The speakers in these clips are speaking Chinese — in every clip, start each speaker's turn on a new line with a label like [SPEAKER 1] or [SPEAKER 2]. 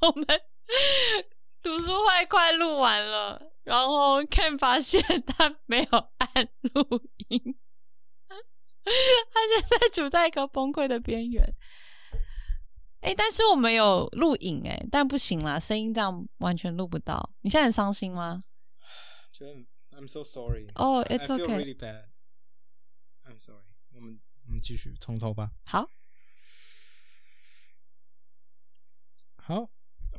[SPEAKER 1] 我们读书会快录完了，然后 Ken 发现他没有按录音，他现在处在一个崩溃的边缘。哎、但是我们有录影哎、但不行啦，声音这样完全录不到。你现在很伤心吗？
[SPEAKER 2] 觉得 I'm so sorry。
[SPEAKER 1] 哦、
[SPEAKER 2] I
[SPEAKER 1] i t s
[SPEAKER 2] feel
[SPEAKER 1] okay，、
[SPEAKER 2] really bad. I'm sorry. 我们我们继续从头吧。
[SPEAKER 1] 好。
[SPEAKER 2] 好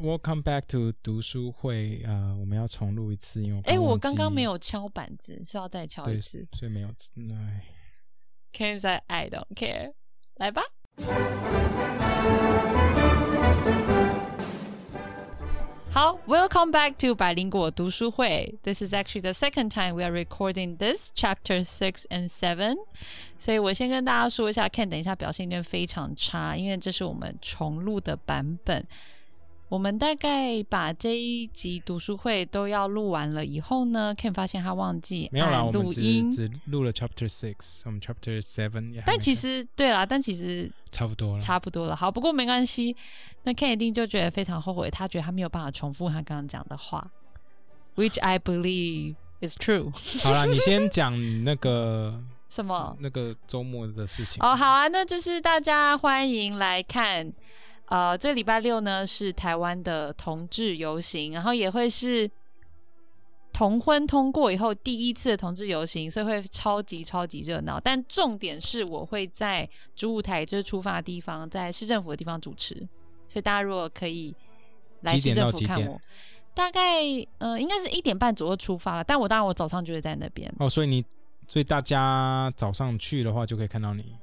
[SPEAKER 2] ，Welcome back to 读书会。呃，我们要重录一次，因为
[SPEAKER 1] 哎、我刚刚
[SPEAKER 2] 忘记
[SPEAKER 1] 没有敲板子，是要再敲
[SPEAKER 2] 对，
[SPEAKER 1] 一次。
[SPEAKER 2] 所以没有。哎，
[SPEAKER 1] Ken 在 I don't care，来吧。好，Welcome back to 百灵果读书会。This is actually the second time we are recording this chapter six and seven。所以我先跟大家说一下，Ken 等一下表现一定非常差，因为这是我们重录的版本。我们大概把这一集读书会都要录完了以后呢，Ken 发现他忘记
[SPEAKER 2] 没有啦，
[SPEAKER 1] 按
[SPEAKER 2] 我们
[SPEAKER 1] 哎录
[SPEAKER 2] 只
[SPEAKER 1] 音。
[SPEAKER 2] 只录了 Chapter Six，我们 Chapter Seven 也还
[SPEAKER 1] 但
[SPEAKER 2] 没
[SPEAKER 1] 其
[SPEAKER 2] 看
[SPEAKER 1] 实对啦，但其实
[SPEAKER 2] 差不多了。
[SPEAKER 1] 差不多了。好，不过没关系。那 Ken 一定就觉得非常后悔，他觉得他没有办法重复他刚刚讲的话，which I believe is true。
[SPEAKER 2] 好啦，你先讲那个
[SPEAKER 1] 什么？
[SPEAKER 2] 那个周末的事情。
[SPEAKER 1] 哦哦，好啊，那就是大家欢迎来看。呃，这礼拜六呢是台湾的同志游行，然后也会是同婚通过以后第一次的同志游行，所以会超级超级热闹。但重点是，我会在主舞台，就是出发的地方，在市政府的地方主持，所以大家如果可以来
[SPEAKER 2] 几
[SPEAKER 1] 市
[SPEAKER 2] 点
[SPEAKER 1] 政
[SPEAKER 2] 到
[SPEAKER 1] 府
[SPEAKER 2] 几
[SPEAKER 1] 看
[SPEAKER 2] 点
[SPEAKER 1] 我，大概呃应该是一点半左右出发了，但我当然我早上就会在那边。
[SPEAKER 2] 哦，所以你，所以大家早上去的话就可以看到你。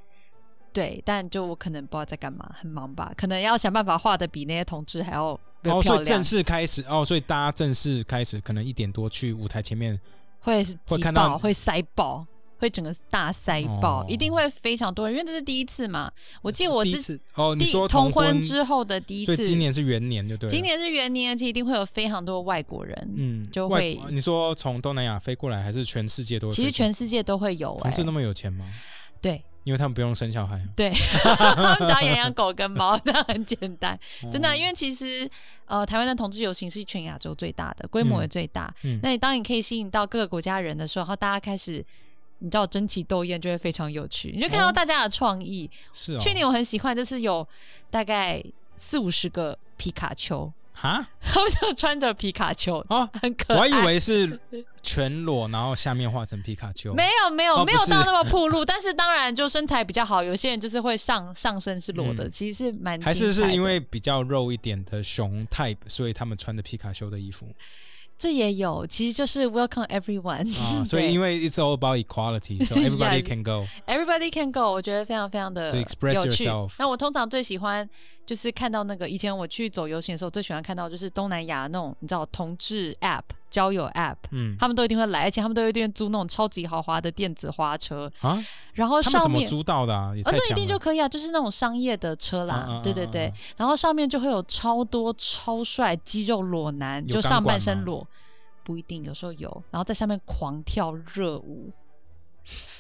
[SPEAKER 1] 对，但就我可能不知道在干嘛，很忙吧，可能要想办法画的比那些同志还要
[SPEAKER 2] 哦，
[SPEAKER 1] 漂
[SPEAKER 2] 所以
[SPEAKER 1] 亮，
[SPEAKER 2] 正式开始哦，所以大家正式开始可能一点多去舞台前面，
[SPEAKER 1] 会挤
[SPEAKER 2] 会看
[SPEAKER 1] 爆，
[SPEAKER 2] 到
[SPEAKER 1] 会塞爆，会整个大塞爆，
[SPEAKER 2] 哦
[SPEAKER 1] 一定会非常多人，因为这是第一次嘛。我记得我
[SPEAKER 2] 第一
[SPEAKER 1] 之
[SPEAKER 2] 次哦，你
[SPEAKER 1] 第
[SPEAKER 2] 说
[SPEAKER 1] 同
[SPEAKER 2] 婚
[SPEAKER 1] 婚之后的第一
[SPEAKER 2] 所
[SPEAKER 1] 次，
[SPEAKER 2] 以今年是元年，就对了。
[SPEAKER 1] 今年是元年，而且一定会有非常多外国人，
[SPEAKER 2] 嗯，
[SPEAKER 1] 就
[SPEAKER 2] 外
[SPEAKER 1] 会
[SPEAKER 2] 国你说从东南亚飞过来，还是全世界都会飞
[SPEAKER 1] 其
[SPEAKER 2] 过来？
[SPEAKER 1] 实全世界都会有、哎
[SPEAKER 2] 同志那么有钱吗？
[SPEAKER 1] 对
[SPEAKER 2] 因为他们不用生小孩，
[SPEAKER 1] 对， 他们只要养养狗跟猫，这样很简单。真的啊，因
[SPEAKER 2] 为
[SPEAKER 1] 为其实呃，台湾的同志游行是全亚洲最大的，规模也
[SPEAKER 2] 嗯
[SPEAKER 1] 最大。
[SPEAKER 2] 嗯
[SPEAKER 1] 那你当你可以吸引到各个国家人的时候，然后大家开始。你知道争奇斗艳就会非常有趣，你就看到
[SPEAKER 2] 哦
[SPEAKER 1] 大家的创意。
[SPEAKER 2] 是哦，
[SPEAKER 1] 去年我很喜欢，就是有大概四五十个皮卡丘，
[SPEAKER 2] 哈
[SPEAKER 1] 他们就穿着皮卡丘，
[SPEAKER 2] 哦，
[SPEAKER 1] 很可
[SPEAKER 2] 我
[SPEAKER 1] 爱。
[SPEAKER 2] 还以为是全裸，然后下面画成皮卡丘，
[SPEAKER 1] 没有没有、
[SPEAKER 2] 哦
[SPEAKER 1] 没有
[SPEAKER 2] 不是
[SPEAKER 1] 到那么暴露，但是当然就身材比较好，有些人就是会上上身是裸的，
[SPEAKER 2] 嗯
[SPEAKER 1] 其实是蛮
[SPEAKER 2] 还
[SPEAKER 1] 精彩
[SPEAKER 2] 是是
[SPEAKER 1] 的
[SPEAKER 2] 因为比较肉一点的熊 type，所以他们穿着皮卡丘的衣服。
[SPEAKER 1] 这也有，其实就是 welcome everyone
[SPEAKER 2] 啊，所
[SPEAKER 1] 对
[SPEAKER 2] 以因为 it's all about equality, so everybody
[SPEAKER 1] Yeah.
[SPEAKER 2] can go。
[SPEAKER 1] Everybody can go，我觉得非常非常的
[SPEAKER 2] To
[SPEAKER 1] 有
[SPEAKER 2] express
[SPEAKER 1] 趣
[SPEAKER 2] yourself。
[SPEAKER 1] 那我通常最喜欢就是看到那个，以前我去走游行的时候，最喜欢看到就是东南亚那种你知道同志 App、交友 App，
[SPEAKER 2] 嗯，
[SPEAKER 1] 他们都一定会来，而且他们都一定会租那种超级豪华的电子花车，
[SPEAKER 2] 啊，
[SPEAKER 1] 然后
[SPEAKER 2] 他们
[SPEAKER 1] 上
[SPEAKER 2] 怎么
[SPEAKER 1] 面。
[SPEAKER 2] 租到的啊？也
[SPEAKER 1] 啊、
[SPEAKER 2] 太
[SPEAKER 1] 那一
[SPEAKER 2] 强
[SPEAKER 1] 定就
[SPEAKER 2] 了。
[SPEAKER 1] 可以啊，就是那种商业的车啦，
[SPEAKER 2] 嗯嗯嗯
[SPEAKER 1] 对对对，
[SPEAKER 2] 嗯嗯
[SPEAKER 1] 然后上面就会有超多超帅肌肉裸男，
[SPEAKER 2] 有
[SPEAKER 1] 就
[SPEAKER 2] 钢
[SPEAKER 1] 上半
[SPEAKER 2] 管
[SPEAKER 1] 身
[SPEAKER 2] 吗
[SPEAKER 1] 裸，不一定，有时候有，然后在下面狂跳热舞，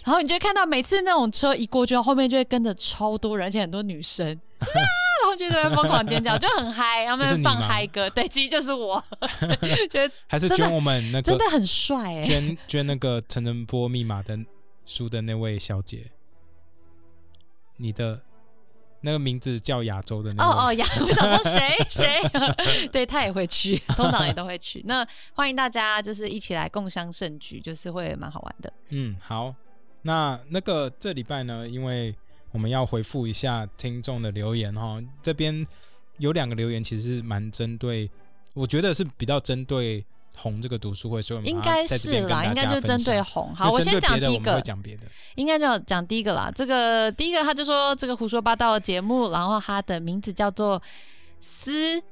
[SPEAKER 1] 然后你就会看到每次那种车一过去，后面就会跟着超多人，而且很多女 生。啊然后就在那边疯狂尖叫，就很嗨，他
[SPEAKER 2] 就是
[SPEAKER 1] 们
[SPEAKER 2] 你
[SPEAKER 1] 放
[SPEAKER 2] 吗
[SPEAKER 1] 嗨歌， 对，其实就是我，觉 得
[SPEAKER 2] 还是
[SPEAKER 1] 真的
[SPEAKER 2] 捐我们那
[SPEAKER 1] 真
[SPEAKER 2] 个
[SPEAKER 1] 的很帅哎、
[SPEAKER 2] 捐捐那个陈仁波密码的书的那位小姐，你的那个名字叫亚洲的
[SPEAKER 1] 哦
[SPEAKER 2] 那
[SPEAKER 1] 哦
[SPEAKER 2] 位。
[SPEAKER 1] 呀， 我想说谁 谁， 对他也会去，通常也都会去。那欢迎大家就是一起来共襄盛举，就是会蛮好玩的。
[SPEAKER 2] 嗯，好。那那个这礼拜呢，因为我们要回复一下听众的留言哈，这边有两个留言其实是蛮针对，我觉得是比较针对红这个读书会，所以我们
[SPEAKER 1] 应
[SPEAKER 2] 把它
[SPEAKER 1] 该
[SPEAKER 2] 在这
[SPEAKER 1] 是
[SPEAKER 2] 边跟
[SPEAKER 1] 啦，应
[SPEAKER 2] 大
[SPEAKER 1] 该
[SPEAKER 2] 家
[SPEAKER 1] 就针
[SPEAKER 2] 分享
[SPEAKER 1] 对红。好，我
[SPEAKER 2] 针
[SPEAKER 1] 先
[SPEAKER 2] 对
[SPEAKER 1] 讲
[SPEAKER 2] 别的
[SPEAKER 1] 第一
[SPEAKER 2] 我们
[SPEAKER 1] 个
[SPEAKER 2] 会，讲别的。
[SPEAKER 1] 应该就讲第一个啦。这个第一个他就说这个胡说八道的节目，然后他的名字叫做思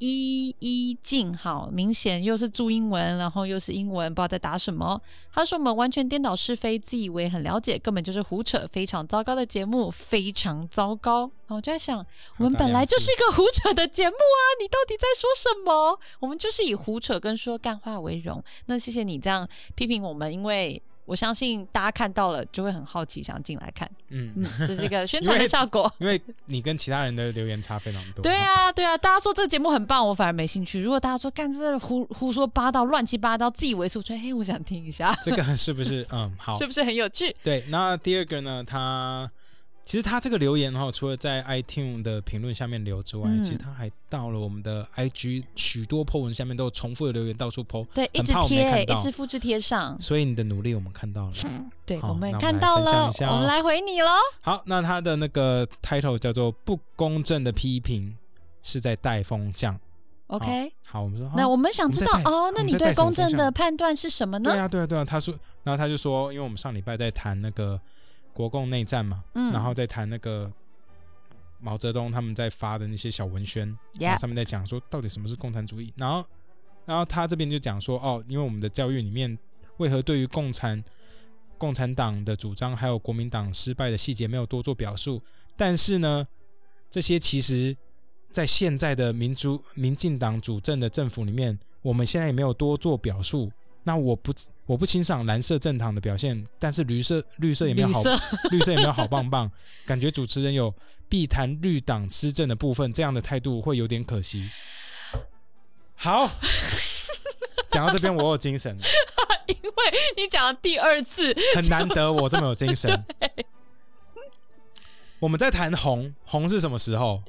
[SPEAKER 1] 一一静，好明显又是注英文，然后又是英文，不知道在打什么。他说我们完全颠倒是非，自以为很了解，根本就是胡扯，非常糟糕的节目，非常糟糕。然后我就在想，我们本来就是一个胡扯的节目啊，你到底在说什么？我们就是以胡扯跟说干话为荣。那谢谢你这样批评我们，因为我相信大家看到了就会很好奇，想进来看。
[SPEAKER 2] 嗯，
[SPEAKER 1] 嗯，这是一个宣传的效果
[SPEAKER 2] 。因为你跟其他人的留言差非常多。
[SPEAKER 1] 对，啊，对啊，大家说这个节目很棒，我反而没兴趣。如果大家说干这胡胡说八道、乱七八糟、自以为是，我觉得嘿，我想听一下，
[SPEAKER 2] 这个是 不是嗯好？
[SPEAKER 1] 是不是很有趣？
[SPEAKER 2] 对，那第二个呢，他其实他这个留言哈、除了在 iTune 的评论下面留之外，
[SPEAKER 1] 嗯
[SPEAKER 2] 其实他还到了我们的 IG 许多 po 文下面都有重复的留言，到处 po，
[SPEAKER 1] 对，一
[SPEAKER 2] 很
[SPEAKER 1] 直
[SPEAKER 2] 怕我没
[SPEAKER 1] 贴，
[SPEAKER 2] 看到
[SPEAKER 1] 一直复制贴上。
[SPEAKER 2] 所以你的努力我们看到 了。
[SPEAKER 1] 对，
[SPEAKER 2] 好
[SPEAKER 1] 我们
[SPEAKER 2] 那我们
[SPEAKER 1] 看
[SPEAKER 2] 来
[SPEAKER 1] 到
[SPEAKER 2] 分享
[SPEAKER 1] 了
[SPEAKER 2] 一下，哦
[SPEAKER 1] 我们来回你喽。
[SPEAKER 2] 好，那他的那个 title 叫做“不公正的批评是在带风向
[SPEAKER 1] OK，”。
[SPEAKER 2] 好，我们说，
[SPEAKER 1] 那
[SPEAKER 2] 哦
[SPEAKER 1] 我们想知道
[SPEAKER 2] 我们在带
[SPEAKER 1] 哦，那你
[SPEAKER 2] 我们在带
[SPEAKER 1] 对
[SPEAKER 2] 什么
[SPEAKER 1] 公正
[SPEAKER 2] 风
[SPEAKER 1] 的
[SPEAKER 2] 向
[SPEAKER 1] 判断是什么呢
[SPEAKER 2] 对？啊，对啊，对啊。他说，然后他就说，因为我们上礼拜在谈那个国共内战嘛，
[SPEAKER 1] 嗯
[SPEAKER 2] 然后再谈那个毛泽东他们在发的那些小文宣，然
[SPEAKER 1] Yeah
[SPEAKER 2] 后上面在讲说到底什么是共产主义，然后然后他这边就讲说，哦，因为我们的教育里面为何对于共产共产党的主张还有国民党失败的细节没有多做表述，但是呢，这些其实在现在的民主民进党主政的政府里面，我们现在也没有多做表述。那我不我不欣赏蓝色政党的表现，但是绿色绿色也没有
[SPEAKER 1] 绿
[SPEAKER 2] 好
[SPEAKER 1] 色
[SPEAKER 2] 绿色也没有好棒棒，感觉主持人有避谈绿党施政的部分，这样的态度会有点可惜。好，讲到这边我有精神了，
[SPEAKER 1] 因为你讲了第二次，
[SPEAKER 2] 很难得我这么有精 神。我们在谈红，红是什么时候？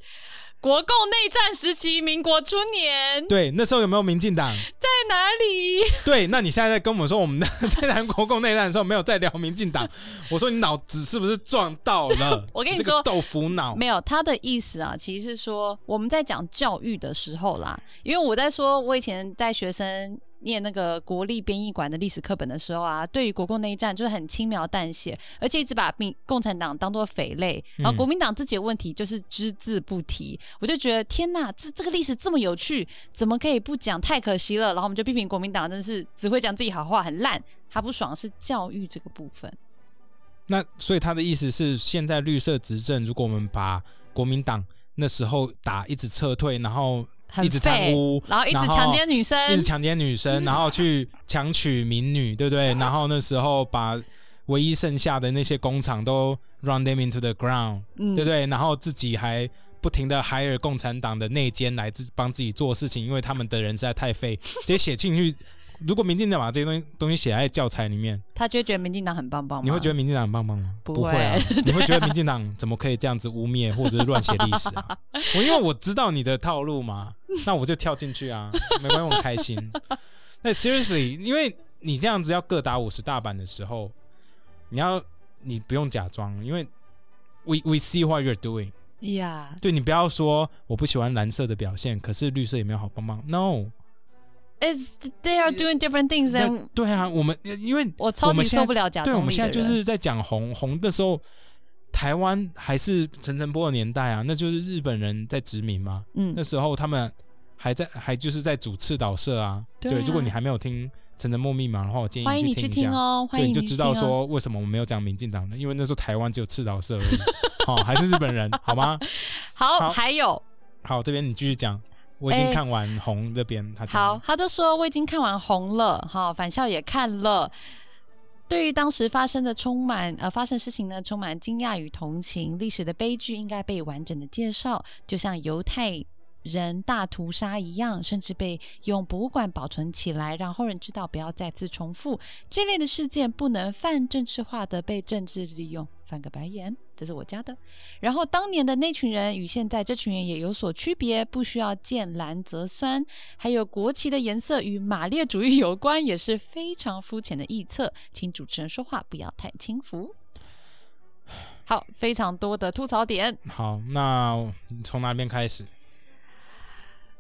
[SPEAKER 1] 国共内战时期，民国初年
[SPEAKER 2] 对，那时候有没有民进党？
[SPEAKER 1] 在哪里？
[SPEAKER 2] 对，那你现在在跟我们说，我们在谈国共内战的时候没有在聊民进党？我说你脑子是不是撞到了？
[SPEAKER 1] 我跟你
[SPEAKER 2] 这个
[SPEAKER 1] 说
[SPEAKER 2] 豆腐脑。
[SPEAKER 1] 没有，他的意思啊，其实是说我们在讲教育的时候啦，因为我在说，我以前带学生念那个国立编译馆的历史课本的时候啊，对于国共内战就是很轻描淡写，而且一直把民共产党当做匪类，然后国民党自己的问题就是只字不提，我就觉得天呐，这这个历史这么有趣，怎么可以不讲？太可惜了。然后我们就批评国民党真是只会讲自己好话，很烂。他不爽是教育这个部分。
[SPEAKER 2] 那所以他的意思是，现在绿色执政，如果我们把国民党那时候打一直撤退，然后
[SPEAKER 1] 很
[SPEAKER 2] 一直贪
[SPEAKER 1] 废嗯
[SPEAKER 2] 污，
[SPEAKER 1] 然后一直强奸女生，
[SPEAKER 2] 一直强奸女生，然后去强娶民女，对不对？然后那时候把唯一剩下的那些工厂都 run them into the ground，、
[SPEAKER 1] 嗯
[SPEAKER 2] 对不对？然后自己还不停的 hire 共产党的内奸来自帮自己做事情，因为他们的人实在太废，直接写进去。如果民进党把这些东西东西写在教材里面，
[SPEAKER 1] 他就会觉得民进党很棒棒吗。
[SPEAKER 2] 你会觉得民进党很棒棒吗？
[SPEAKER 1] 不
[SPEAKER 2] 不会啊， 你会觉得民进党怎么可以这样子污蔑或者是乱写历史 啊？我因为我知道你的套路嘛，那我就跳进去啊， 没关系，我很开心。那 seriously，因为你这样子要各打五十大板的时候，你要你不用假装，因为 we we see what you're doing。
[SPEAKER 1] 呀
[SPEAKER 2] 对你不要说我不喜欢蓝色的表现，可是绿色也没有好棒棒。No，
[SPEAKER 1] ，it's they are doing different things
[SPEAKER 2] 那
[SPEAKER 1] and
[SPEAKER 2] 对啊，我们因为
[SPEAKER 1] 我超
[SPEAKER 2] 我
[SPEAKER 1] 级
[SPEAKER 2] 们现在
[SPEAKER 1] 受不了假
[SPEAKER 2] 对，我
[SPEAKER 1] 中
[SPEAKER 2] 们
[SPEAKER 1] 立
[SPEAKER 2] 现
[SPEAKER 1] 的
[SPEAKER 2] 在就
[SPEAKER 1] 人。
[SPEAKER 2] 是在讲红红的时候，台湾还是陈澄波的年代啊，那就是日本人在殖民嘛。那
[SPEAKER 1] 嗯，
[SPEAKER 2] 时候他们还在还就是在主赤岛社啊。
[SPEAKER 1] 对啊
[SPEAKER 2] 如果你还没有听陈澄波密码的话，我建议
[SPEAKER 1] 欢迎
[SPEAKER 2] 你
[SPEAKER 1] 你去
[SPEAKER 2] 听一
[SPEAKER 1] 听
[SPEAKER 2] 下。
[SPEAKER 1] 哦，欢
[SPEAKER 2] 对，
[SPEAKER 1] 迎
[SPEAKER 2] 你
[SPEAKER 1] 你
[SPEAKER 2] 就
[SPEAKER 1] 去
[SPEAKER 2] 知道
[SPEAKER 1] 听哦。
[SPEAKER 2] 说为什么我们没有讲民进党呢？因为那时候台湾只有赤岛社而已，哦，还是日本人，好吗？
[SPEAKER 1] 好，
[SPEAKER 2] 好
[SPEAKER 1] 还有
[SPEAKER 2] 好，这边你继续讲，我已经
[SPEAKER 1] 哎
[SPEAKER 2] 看完红这边，他讲
[SPEAKER 1] 好
[SPEAKER 2] 了，，
[SPEAKER 1] 他就说我已经看完红了，哈，返校也看了。对于当时发生的充满呃发生事情呢，充满惊讶与同情。历史的悲剧应该被完整的介绍，就像犹太人大屠杀一样，甚至被用博物馆保存起来，让后人知道不要再次重复这类的事件，不能泛政治化的被政治利用。翻个白眼，这是我家的。然后当年的那群人与现在这群人也有所区别，不需要见蓝则酸。还有国旗的颜色与马列主义有关，也是非常肤浅的臆测，请主持人说话不要太轻浮。好，非常多的吐槽点。
[SPEAKER 2] 好，那你从哪边开始？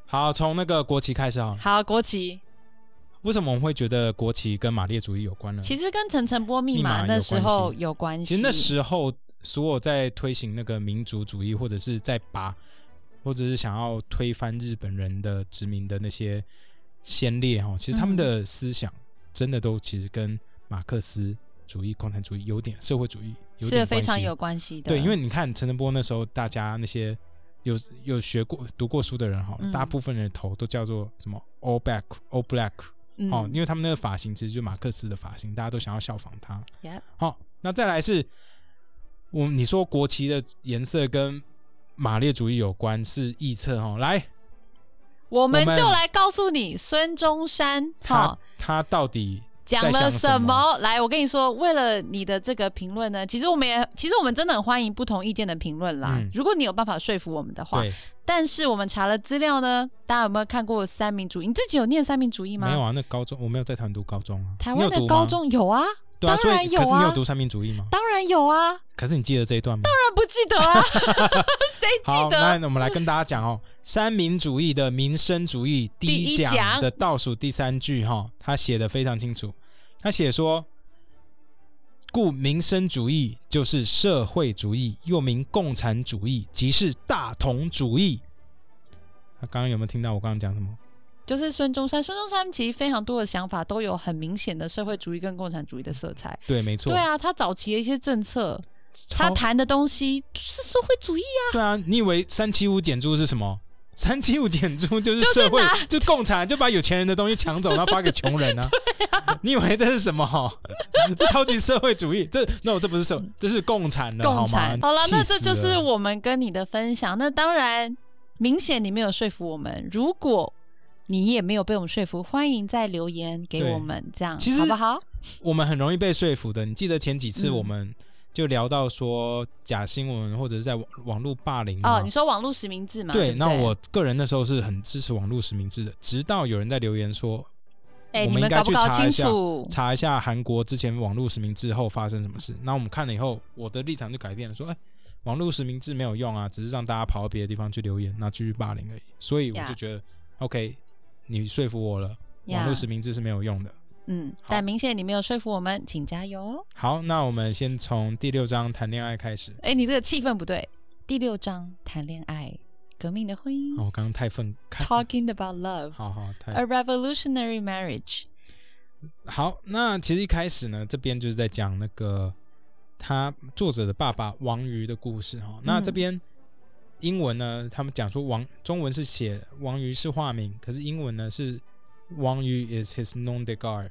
[SPEAKER 2] 好，从那个国旗开始好了。啊
[SPEAKER 1] 好，国旗
[SPEAKER 2] 为什么我们会觉得国旗跟马列主义有关呢？
[SPEAKER 1] 其实跟陈晨波密
[SPEAKER 2] 密码
[SPEAKER 1] 码
[SPEAKER 2] 有
[SPEAKER 1] 那时候
[SPEAKER 2] 关
[SPEAKER 1] 有关系，
[SPEAKER 2] 其实那时候所有在推行那个民族主义，或者是在把，或者是想要推翻日本人的殖民的那些先烈哈，其实他
[SPEAKER 1] 嗯
[SPEAKER 2] 们的思想真的都其实跟马克思主义、共产主义有点社会主义有
[SPEAKER 1] 是
[SPEAKER 2] 点
[SPEAKER 1] 非
[SPEAKER 2] 关
[SPEAKER 1] 常
[SPEAKER 2] 系
[SPEAKER 1] 有关系的。
[SPEAKER 2] 对，因为你看陈澄波那时候，大家那些有有学过、读过书的人哈，
[SPEAKER 1] 嗯
[SPEAKER 2] 大部分人的头都叫做什么 all black、all black，
[SPEAKER 1] 嗯
[SPEAKER 2] 哦，因为他们那个发型其实就是马克思的发型，大家都想要效仿他。
[SPEAKER 1] Yep
[SPEAKER 2] 好、那再来是，我你说国旗的颜色跟马列主义有关是臆测哈，来，
[SPEAKER 1] 我们
[SPEAKER 2] 我们
[SPEAKER 1] 就来告诉你孙中山
[SPEAKER 2] 他、
[SPEAKER 1] 哈
[SPEAKER 2] 他到底
[SPEAKER 1] 讲
[SPEAKER 2] 在
[SPEAKER 1] 了
[SPEAKER 2] 想
[SPEAKER 1] 什
[SPEAKER 2] 什
[SPEAKER 1] 么？来，我跟你说，为了你的这个评论呢，其实我们也其实我们真的很欢迎不同意见的评论啦。
[SPEAKER 2] 嗯
[SPEAKER 1] 如果你有办法说服我们的话，
[SPEAKER 2] 对，
[SPEAKER 1] 但是我们查了资料呢，大家有没有看过三民主义？你自己有念三民主义吗？
[SPEAKER 2] 没有啊，那高中我没有在台湾读高中啊，
[SPEAKER 1] 台
[SPEAKER 2] 你
[SPEAKER 1] 湾
[SPEAKER 2] 有读
[SPEAKER 1] 的
[SPEAKER 2] 吗
[SPEAKER 1] 高中有啊，
[SPEAKER 2] 对啊，
[SPEAKER 1] 当
[SPEAKER 2] 所
[SPEAKER 1] 然
[SPEAKER 2] 以
[SPEAKER 1] 有
[SPEAKER 2] 可是你
[SPEAKER 1] 啊
[SPEAKER 2] 有读三民主义吗？
[SPEAKER 1] 当然有啊，当
[SPEAKER 2] 可是你记得这一段吗？
[SPEAKER 1] 然不记得 啊，谁记
[SPEAKER 2] 好，
[SPEAKER 1] 得？
[SPEAKER 2] 那我们来跟大家讲哦，三民主义的民生主义第
[SPEAKER 1] 第
[SPEAKER 2] 一
[SPEAKER 1] 一
[SPEAKER 2] 讲
[SPEAKER 1] 讲
[SPEAKER 2] 的倒数第三句哈、哦，他写的非常清楚，他写说，故民生主义就是社会主义，又名共产主义，即是大同主义。他刚刚有没有听到我刚刚讲什么？
[SPEAKER 1] 就是孙中山，孙中山其实非常多的想法都有很明显的社会主义跟共产主义的色彩。
[SPEAKER 2] 对，没错，
[SPEAKER 1] 对啊，他早期的一些政策，
[SPEAKER 2] 超，
[SPEAKER 1] 他谈的东西是社会主义啊，
[SPEAKER 2] 对啊，你以为三七五减租是什么？三七五减租就是社会，
[SPEAKER 1] 就
[SPEAKER 2] 就共产，就把有钱人的东西抢走，然后发给穷人啊！你以为这是什么？这超级社会主义？这 no，这不是社会，这是共产的，
[SPEAKER 1] 共产。
[SPEAKER 2] 好
[SPEAKER 1] 好
[SPEAKER 2] 吗
[SPEAKER 1] 啦，那这
[SPEAKER 2] 气死
[SPEAKER 1] 就
[SPEAKER 2] 了
[SPEAKER 1] 是我们跟你的分享。那当然，明显你没有说服我们。如果你也没有被我们说服，欢迎再留言给
[SPEAKER 2] 对
[SPEAKER 1] 我们，这样
[SPEAKER 2] 其实
[SPEAKER 1] 好不好？
[SPEAKER 2] 我们很容易被说服的。你记得前几次
[SPEAKER 1] 嗯
[SPEAKER 2] 我们就聊到说假新闻或者是在网网络霸凌吗
[SPEAKER 1] 哦，你说网络实名制嘛？
[SPEAKER 2] 嗯对，
[SPEAKER 1] 不
[SPEAKER 2] 那我个人那时候是很支持网络实名制的，直到有人在留言说
[SPEAKER 1] 哎，
[SPEAKER 2] 我
[SPEAKER 1] 你
[SPEAKER 2] 们应
[SPEAKER 1] 们
[SPEAKER 2] 该
[SPEAKER 1] 搞不
[SPEAKER 2] 去
[SPEAKER 1] 搞
[SPEAKER 2] 查
[SPEAKER 1] 清
[SPEAKER 2] 一下
[SPEAKER 1] 楚？
[SPEAKER 2] 查一下韩国之前网络实名制后发生什么事。那我们看了以后，我的立场就改变了，说，哎，网络实名制没有用啊，只是让大家跑到别的地方去留言，那继续霸凌而已。所以我
[SPEAKER 1] Yeah
[SPEAKER 2] 就觉得 o k 你说服我了，网络
[SPEAKER 1] Yeah
[SPEAKER 2] 实名制是没有用的。
[SPEAKER 1] 嗯，
[SPEAKER 2] 好
[SPEAKER 1] 但明显你没有说服我们，请加油哦。
[SPEAKER 2] 好，那我们先从第六章谈恋爱开始。
[SPEAKER 1] 哎，你这个气氛不对。第六章谈恋爱，革命的婚姻
[SPEAKER 2] 哦，我刚刚太愤，开
[SPEAKER 1] ，Talking about love。
[SPEAKER 2] 好好太
[SPEAKER 1] A revolutionary marriage，
[SPEAKER 2] 好，那其实一开始呢，这边就是在讲那个他作者的爸爸王瑜的故事哈、那这边英文呢，他们讲说王中文是写王瑜是化名，可是英文呢是王瑜 is his nom de gar。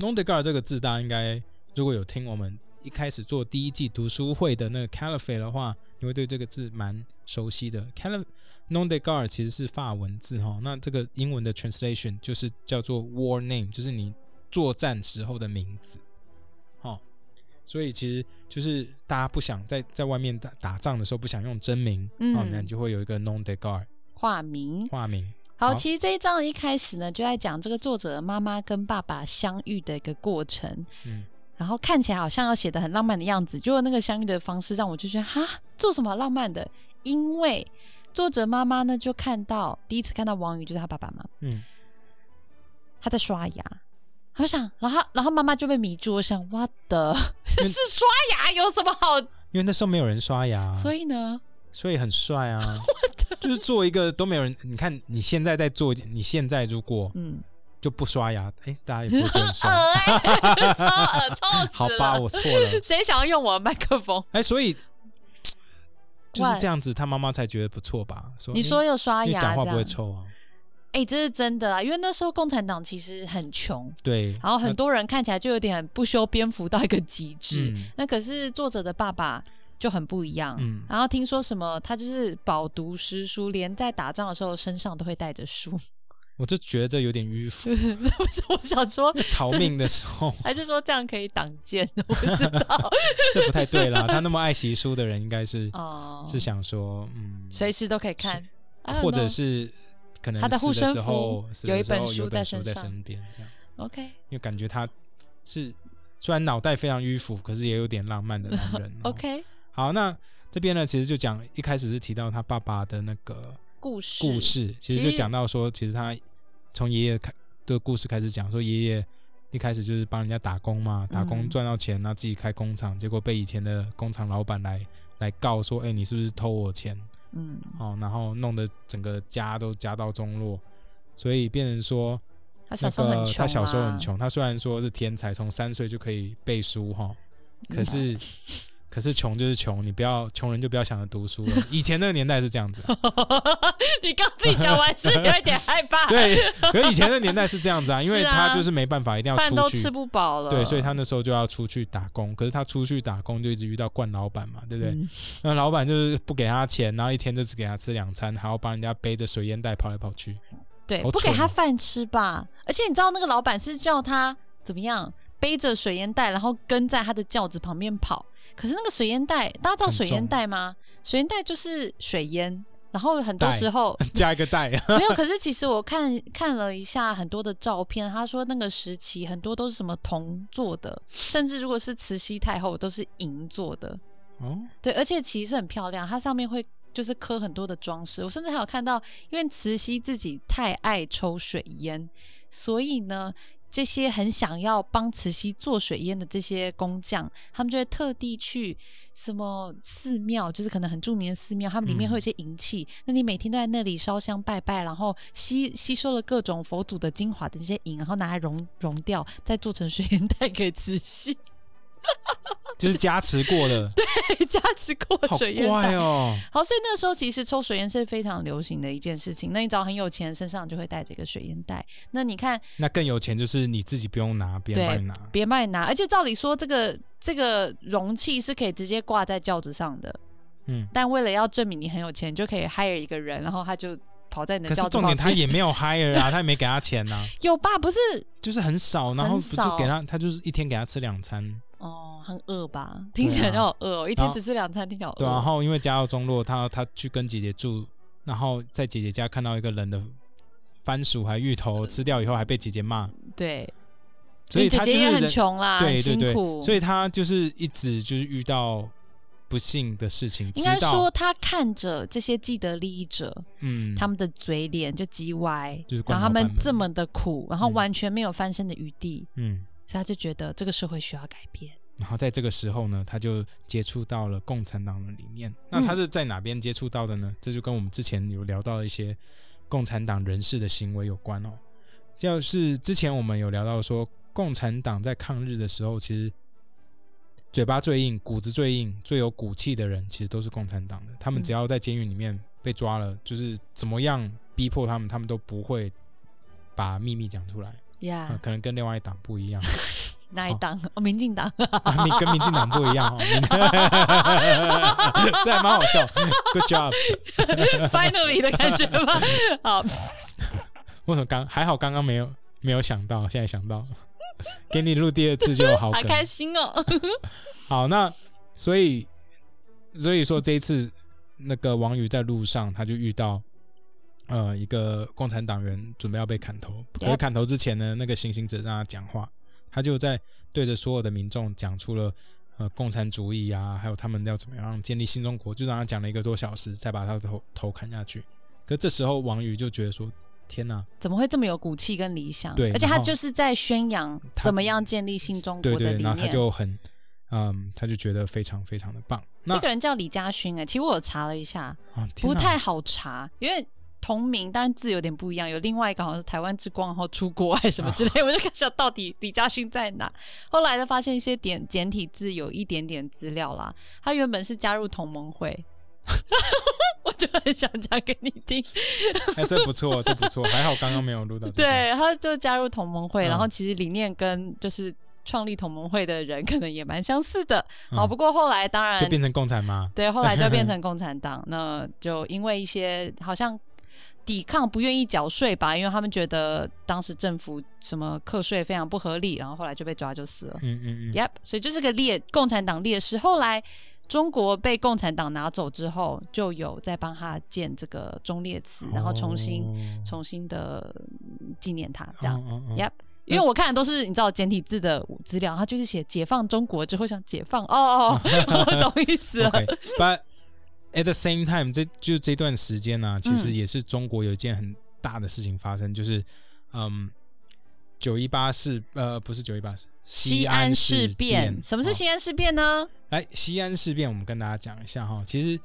[SPEAKER 2] nom de gar 这个字，大家应该如果有听我们一开始做第一季读书会的那个 caliphate 的话，你会对这个字蛮熟悉的。caliph nom de gar 其实是法文字哈、那这个英文的 translation 就是叫做 war name，就是你作战时候的名字。哦，所以其实就是大家不想在在外面打打仗的时候不想用真名，
[SPEAKER 1] 嗯
[SPEAKER 2] 哦，那你就会有一个 nom de gar
[SPEAKER 1] 化名。
[SPEAKER 2] 化名。
[SPEAKER 1] 好，
[SPEAKER 2] 好
[SPEAKER 1] 其实这一章的一开始呢，就在讲这个作者的妈妈跟爸爸相遇的一个过程。
[SPEAKER 2] 嗯，
[SPEAKER 1] 然后看起来好像要写的很浪漫的样子，结果那个相遇的方式让我就觉得哈，做什么好浪漫的？因为作者妈妈呢就看到第一次看到王宇就是他爸爸嘛，
[SPEAKER 2] 嗯，
[SPEAKER 1] 他在刷牙，我想，然后然后妈妈就被迷住，我想我的
[SPEAKER 2] 嗯
[SPEAKER 1] 是刷牙有什么好？
[SPEAKER 2] 因为那时候没有人刷牙，
[SPEAKER 1] 所
[SPEAKER 2] 以
[SPEAKER 1] 以呢，
[SPEAKER 2] 所以很帅 啊。就是做一个都没有人，你看你现在在做，你现在如果
[SPEAKER 1] 嗯，
[SPEAKER 2] 就不刷牙，哎，大家也不会 觉得很
[SPEAKER 1] 恶
[SPEAKER 2] 帅。
[SPEAKER 1] 哎、 超恶，臭死了。
[SPEAKER 2] 好吧，我错 了。
[SPEAKER 1] 谁想要用我的麦克风？
[SPEAKER 2] 哎，所以就是
[SPEAKER 1] 哇
[SPEAKER 2] 这样子，他妈妈才觉得不错吧？说哎
[SPEAKER 1] 你说又刷
[SPEAKER 2] 因为
[SPEAKER 1] 牙
[SPEAKER 2] 讲话
[SPEAKER 1] 这
[SPEAKER 2] 不
[SPEAKER 1] 样
[SPEAKER 2] 会？臭啊？
[SPEAKER 1] 哎、这是真的啦，因为那时候共产党其实很穷，
[SPEAKER 2] 对，
[SPEAKER 1] 然后很
[SPEAKER 2] 那
[SPEAKER 1] 多人看起来就有点不修边幅到一个极致。
[SPEAKER 2] 嗯
[SPEAKER 1] 那可是作者的爸爸就很不一样。
[SPEAKER 2] 嗯
[SPEAKER 1] 然后听说什么，他就是饱读诗书，连在打仗的时候身上都会带着书。
[SPEAKER 2] 我就觉得这有点迂腐。
[SPEAKER 1] 不是，我想说，
[SPEAKER 2] 逃命的时候，
[SPEAKER 1] 还是说这样可以挡箭？ 我不知 道
[SPEAKER 2] 这不太对啦。他那么爱惜书的人，应该是
[SPEAKER 1] 哦，
[SPEAKER 2] 是想说，嗯，
[SPEAKER 1] 随时都可以看，I don't
[SPEAKER 2] 或者
[SPEAKER 1] know
[SPEAKER 2] 是可能
[SPEAKER 1] 啊他的
[SPEAKER 2] 死
[SPEAKER 1] 护身
[SPEAKER 2] 时
[SPEAKER 1] 符
[SPEAKER 2] 候，死
[SPEAKER 1] 有
[SPEAKER 2] 的
[SPEAKER 1] 一
[SPEAKER 2] 时候
[SPEAKER 1] 本书
[SPEAKER 2] 有
[SPEAKER 1] 在
[SPEAKER 2] 本书
[SPEAKER 1] 身
[SPEAKER 2] 在
[SPEAKER 1] 上
[SPEAKER 2] 身边，这样，
[SPEAKER 1] OK。
[SPEAKER 2] 因为感觉他是虽然脑袋非常迂腐，可是也有点浪漫的男人
[SPEAKER 1] OK
[SPEAKER 2] 哦 好，那这边呢，其实就讲一开始是提到他爸爸的那个
[SPEAKER 1] 故事
[SPEAKER 2] 故事，其
[SPEAKER 1] 其
[SPEAKER 2] 实就
[SPEAKER 1] 实
[SPEAKER 2] 讲到说，其实他从爷爷开的故事开始讲，说爷爷一开始就是帮人家打工嘛，打工
[SPEAKER 1] 嗯
[SPEAKER 2] 赚到钱，然后自己开工厂，结果被以前的工厂老板来来告说，哎、你是不是偷我钱？
[SPEAKER 1] 嗯
[SPEAKER 2] 哦，然后弄得整个家都家道中落，所以变成说，
[SPEAKER 1] 他小
[SPEAKER 2] 那
[SPEAKER 1] 时候很
[SPEAKER 2] 个
[SPEAKER 1] 穷、啊，
[SPEAKER 2] 他小
[SPEAKER 1] 嗯
[SPEAKER 2] 时候很，穷，他虽然说是天才，从三岁就可以背书哈，可是 可是穷就是穷，你不要穷人就不要想着读书了。以前那个年代是这 样子啊、
[SPEAKER 1] 你刚自己讲完是有一点害怕，
[SPEAKER 2] 对，可是以前的年代是这样子啊，因为
[SPEAKER 1] 是啊
[SPEAKER 2] 他就是没办法，一定要
[SPEAKER 1] 饭都
[SPEAKER 2] 出
[SPEAKER 1] 吃
[SPEAKER 2] 去，
[SPEAKER 1] 不饱了，
[SPEAKER 2] 对，所以他那时候就要出去打工。可是他出去打工就一直遇到惯老板嘛，对不对？
[SPEAKER 1] 嗯
[SPEAKER 2] 那老板就是不给他钱，然后一天就只给他吃两餐，还要帮人家背着水烟袋跑来跑去。
[SPEAKER 1] 对，
[SPEAKER 2] 好
[SPEAKER 1] 不给
[SPEAKER 2] 蠢
[SPEAKER 1] 他
[SPEAKER 2] 哦
[SPEAKER 1] 饭吃吧。而且你知道那个老板是叫他怎么样，背着水烟袋，然后跟在他的轿子旁边跑。可是那个水烟袋，大家知道
[SPEAKER 2] 很
[SPEAKER 1] 水烟
[SPEAKER 2] 重
[SPEAKER 1] 袋吗？水烟袋就是水烟，然后很多
[SPEAKER 2] 袋
[SPEAKER 1] 时候
[SPEAKER 2] 加一个袋，
[SPEAKER 1] 没有。可是其实我看看了一下很多的照片，他说那个时期很多都是什么铜做的，甚至如果是慈禧太后都是银做的。
[SPEAKER 2] 哦，
[SPEAKER 1] 对，而且其实很漂亮，它上面会就是刻很多的装饰。我甚至还有看到，因为慈禧自己太爱抽水烟，所以呢，这些很想要帮慈禧做水烟的这些工匠，他们就会特地去什么寺庙，就是可能很著名的寺庙，他们里面
[SPEAKER 2] 嗯
[SPEAKER 1] 会有一些银器，那你每天都在那里烧香拜拜，然后吸吸收了各种佛祖的精华的这些银，然后拿来熔熔掉，再做成水烟 袋给慈禧，
[SPEAKER 2] 就是加持过的，
[SPEAKER 1] 加持过
[SPEAKER 2] 好
[SPEAKER 1] 水烟
[SPEAKER 2] 怪
[SPEAKER 1] 袋。
[SPEAKER 2] 哦。
[SPEAKER 1] 好，所以那个时候其实抽水烟是非常流行的一件事情。那你只要很有钱，身上就会带着一个水烟袋。那你看
[SPEAKER 2] 那更有钱就是你自己不用拿，别人帮你拿。
[SPEAKER 1] 别人帮你拿，而且照理说这个这个容器是可以直接挂在轿子上的，
[SPEAKER 2] 嗯，
[SPEAKER 1] 但为了要证明你很有钱，你就可以 hire 一个人，然后他就跑在你
[SPEAKER 2] 可
[SPEAKER 1] 的轿
[SPEAKER 2] 是
[SPEAKER 1] 子
[SPEAKER 2] 重
[SPEAKER 1] 旁
[SPEAKER 2] 点
[SPEAKER 1] 边。
[SPEAKER 2] 他也没有 hire 啊，他也 没给他钱呐、
[SPEAKER 1] 有吧？不是
[SPEAKER 2] 就是很少，然后
[SPEAKER 1] 很
[SPEAKER 2] 不
[SPEAKER 1] 少
[SPEAKER 2] 就给他，他就是一天给他吃两餐，
[SPEAKER 1] 哦，很饿吧？听起来就好饿哦，一天只吃两餐，听起来好饿。
[SPEAKER 2] 对啊、然后因为家道中落，他他去跟姐姐住，然后在姐姐家看到一个人的番薯还芋
[SPEAKER 1] 嗯
[SPEAKER 2] 头，吃掉以后还被姐姐骂，
[SPEAKER 1] 对，
[SPEAKER 2] 所以
[SPEAKER 1] 你姐
[SPEAKER 2] 他就
[SPEAKER 1] 姐
[SPEAKER 2] 是
[SPEAKER 1] 也很
[SPEAKER 2] 人，
[SPEAKER 1] 穷啦，
[SPEAKER 2] 对对
[SPEAKER 1] 辛
[SPEAKER 2] 对
[SPEAKER 1] 苦，。
[SPEAKER 2] 所以他就是一直就是遇到不幸的事情，
[SPEAKER 1] 应该
[SPEAKER 2] 直到
[SPEAKER 1] 说，他看着这些既得利益者，
[SPEAKER 2] 嗯，
[SPEAKER 1] 他们的嘴脸就叽歪，
[SPEAKER 2] 就是
[SPEAKER 1] 然
[SPEAKER 2] 惯
[SPEAKER 1] 后
[SPEAKER 2] 老
[SPEAKER 1] 他
[SPEAKER 2] 板
[SPEAKER 1] 们
[SPEAKER 2] 们
[SPEAKER 1] 这么的苦，然后
[SPEAKER 2] 嗯
[SPEAKER 1] 完全没有翻身的余地，
[SPEAKER 2] 嗯，
[SPEAKER 1] 所以他就觉得这个社会需要改变。
[SPEAKER 2] 然后在这个时候呢，他就接触到了共产党的理念。那他是在哪边接触到的呢？这就跟我们之前有聊到一些共产党人士的行为有关哦。就是之前我们有聊到说，共产党在抗日的时候，其实嘴巴最硬、骨子最硬、最有骨气的人，其实都是共产党的。他们
[SPEAKER 1] 嗯
[SPEAKER 2] 只要在监狱里面被抓了，就是怎么样逼迫他们，他们都不会把秘密讲出来。
[SPEAKER 1] 呀、
[SPEAKER 2] 啊，可能跟另外一党不一样。
[SPEAKER 1] 哪一党？哦，民进党。
[SPEAKER 2] 啊，你跟民进党不一 样哦， 民这还蛮好笑。Good job！
[SPEAKER 1] Finally 的感觉 吗？好，
[SPEAKER 2] 为什么刚还好刚刚没有没有想到，现在想到，给你录第二次就有好
[SPEAKER 1] 好
[SPEAKER 2] 梗。
[SPEAKER 1] 开心哦。
[SPEAKER 2] 好，那所以所以说这一次那个王宇在路上，他就遇到呃一个共产党员准备要被砍头，可是
[SPEAKER 1] Yep
[SPEAKER 2] 砍头之前呢，那个行刑者让他讲话，他就在对着所有的民众讲出了。呃，共产主义啊，还有他们要怎么样建立新中国，就让他讲了一个多小时，再把他的头头砍下去。可这时候王宇就觉得说：“天哪，
[SPEAKER 1] 怎么会这么有骨气跟理想？
[SPEAKER 2] 对
[SPEAKER 1] 而且他
[SPEAKER 2] 然后
[SPEAKER 1] 就是在宣扬
[SPEAKER 2] 他
[SPEAKER 1] 怎么样建立新中国
[SPEAKER 2] 对
[SPEAKER 1] 的
[SPEAKER 2] 对。”
[SPEAKER 1] 理
[SPEAKER 2] 然后他
[SPEAKER 1] 念。
[SPEAKER 2] 就很，嗯，他就觉得非常非常的棒。那
[SPEAKER 1] 这个人叫李家勋哎、其实我有查了一下，
[SPEAKER 2] 啊，天
[SPEAKER 1] 不
[SPEAKER 2] 哪
[SPEAKER 1] 太好查，因为同名，当然字有点不一样。有另外一个好像是台湾之光，然后出国还是什么之类，我就看想到底李嘉勋在哪。 后来呢，发现一些点简体字有一点点资料啦。他原本是加入同盟会， 我就很想讲给你听。
[SPEAKER 2] 哎，这不错，这不错，还好刚刚没有录到这段。
[SPEAKER 1] 对，他就加入同盟会，
[SPEAKER 2] 嗯
[SPEAKER 1] 然后其实理念跟就是创立同盟会的人可能也蛮相似的。
[SPEAKER 2] 嗯
[SPEAKER 1] 好，不过后来当然
[SPEAKER 2] 就变成共产嘛。
[SPEAKER 1] 对，后来就变 成共产党，那就因为一些好像抵抗不愿意缴税吧，因为他们觉得当时政府什么课税非常不合理，然后后来就被抓就死了。
[SPEAKER 2] 嗯嗯嗯，
[SPEAKER 1] Yep，所以就是个烈共产党烈士。后来中国被共产党拿走之后，就有在帮他建这个忠烈祠，然后重新、
[SPEAKER 2] 哦
[SPEAKER 1] 重新的纪念他这样。
[SPEAKER 2] 哦哦哦
[SPEAKER 1] Yep，因为我看的都是你知道简体字的资料，他就是写解放中国之后想解放，哦哦， 哦我懂意思了。
[SPEAKER 2] OK，But at the same time，这就这段时间呢、其实
[SPEAKER 1] 嗯
[SPEAKER 2] 也是中国有一件很大的事情发生，就是嗯，九一八事呃不是九一八是
[SPEAKER 1] 西安事变
[SPEAKER 2] 变。，
[SPEAKER 1] 什么是
[SPEAKER 2] 哦
[SPEAKER 1] 西安事变呢？
[SPEAKER 2] 来，西安事变，我们跟大家讲一下哈。其实，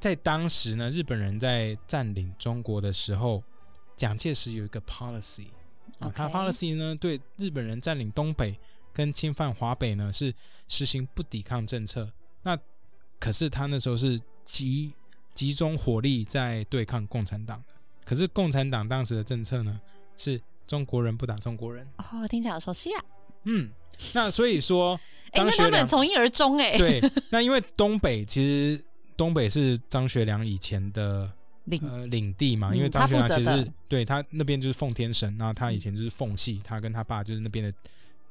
[SPEAKER 2] 在当时呢，日本人在占领中国的时候，蒋介石有一个 policy 啊
[SPEAKER 1] OK
[SPEAKER 2] 他的 policy 呢，对日本人占领东北跟侵犯华北呢，是实行不抵抗政策。那可是他那时候是集集中火力在对抗共产党的。可是共产党当时的政策呢，是中国人不打中国人。
[SPEAKER 1] 哦，听起来好熟悉啊！
[SPEAKER 2] 嗯，那所以说
[SPEAKER 1] 哎，
[SPEAKER 2] 张
[SPEAKER 1] 那
[SPEAKER 2] 学
[SPEAKER 1] 他
[SPEAKER 2] 良
[SPEAKER 1] 们从一而终哎、
[SPEAKER 2] 对，那因为东北其实东北是张学良以前的
[SPEAKER 1] 领
[SPEAKER 2] 呃领地嘛，因为
[SPEAKER 1] 嗯
[SPEAKER 2] 张
[SPEAKER 1] 他
[SPEAKER 2] 学
[SPEAKER 1] 负
[SPEAKER 2] 良
[SPEAKER 1] 责
[SPEAKER 2] 其实
[SPEAKER 1] 的嗯
[SPEAKER 2] 是对他那边就是奉天神，然后他以前就是奉系，他跟他爸就是那边的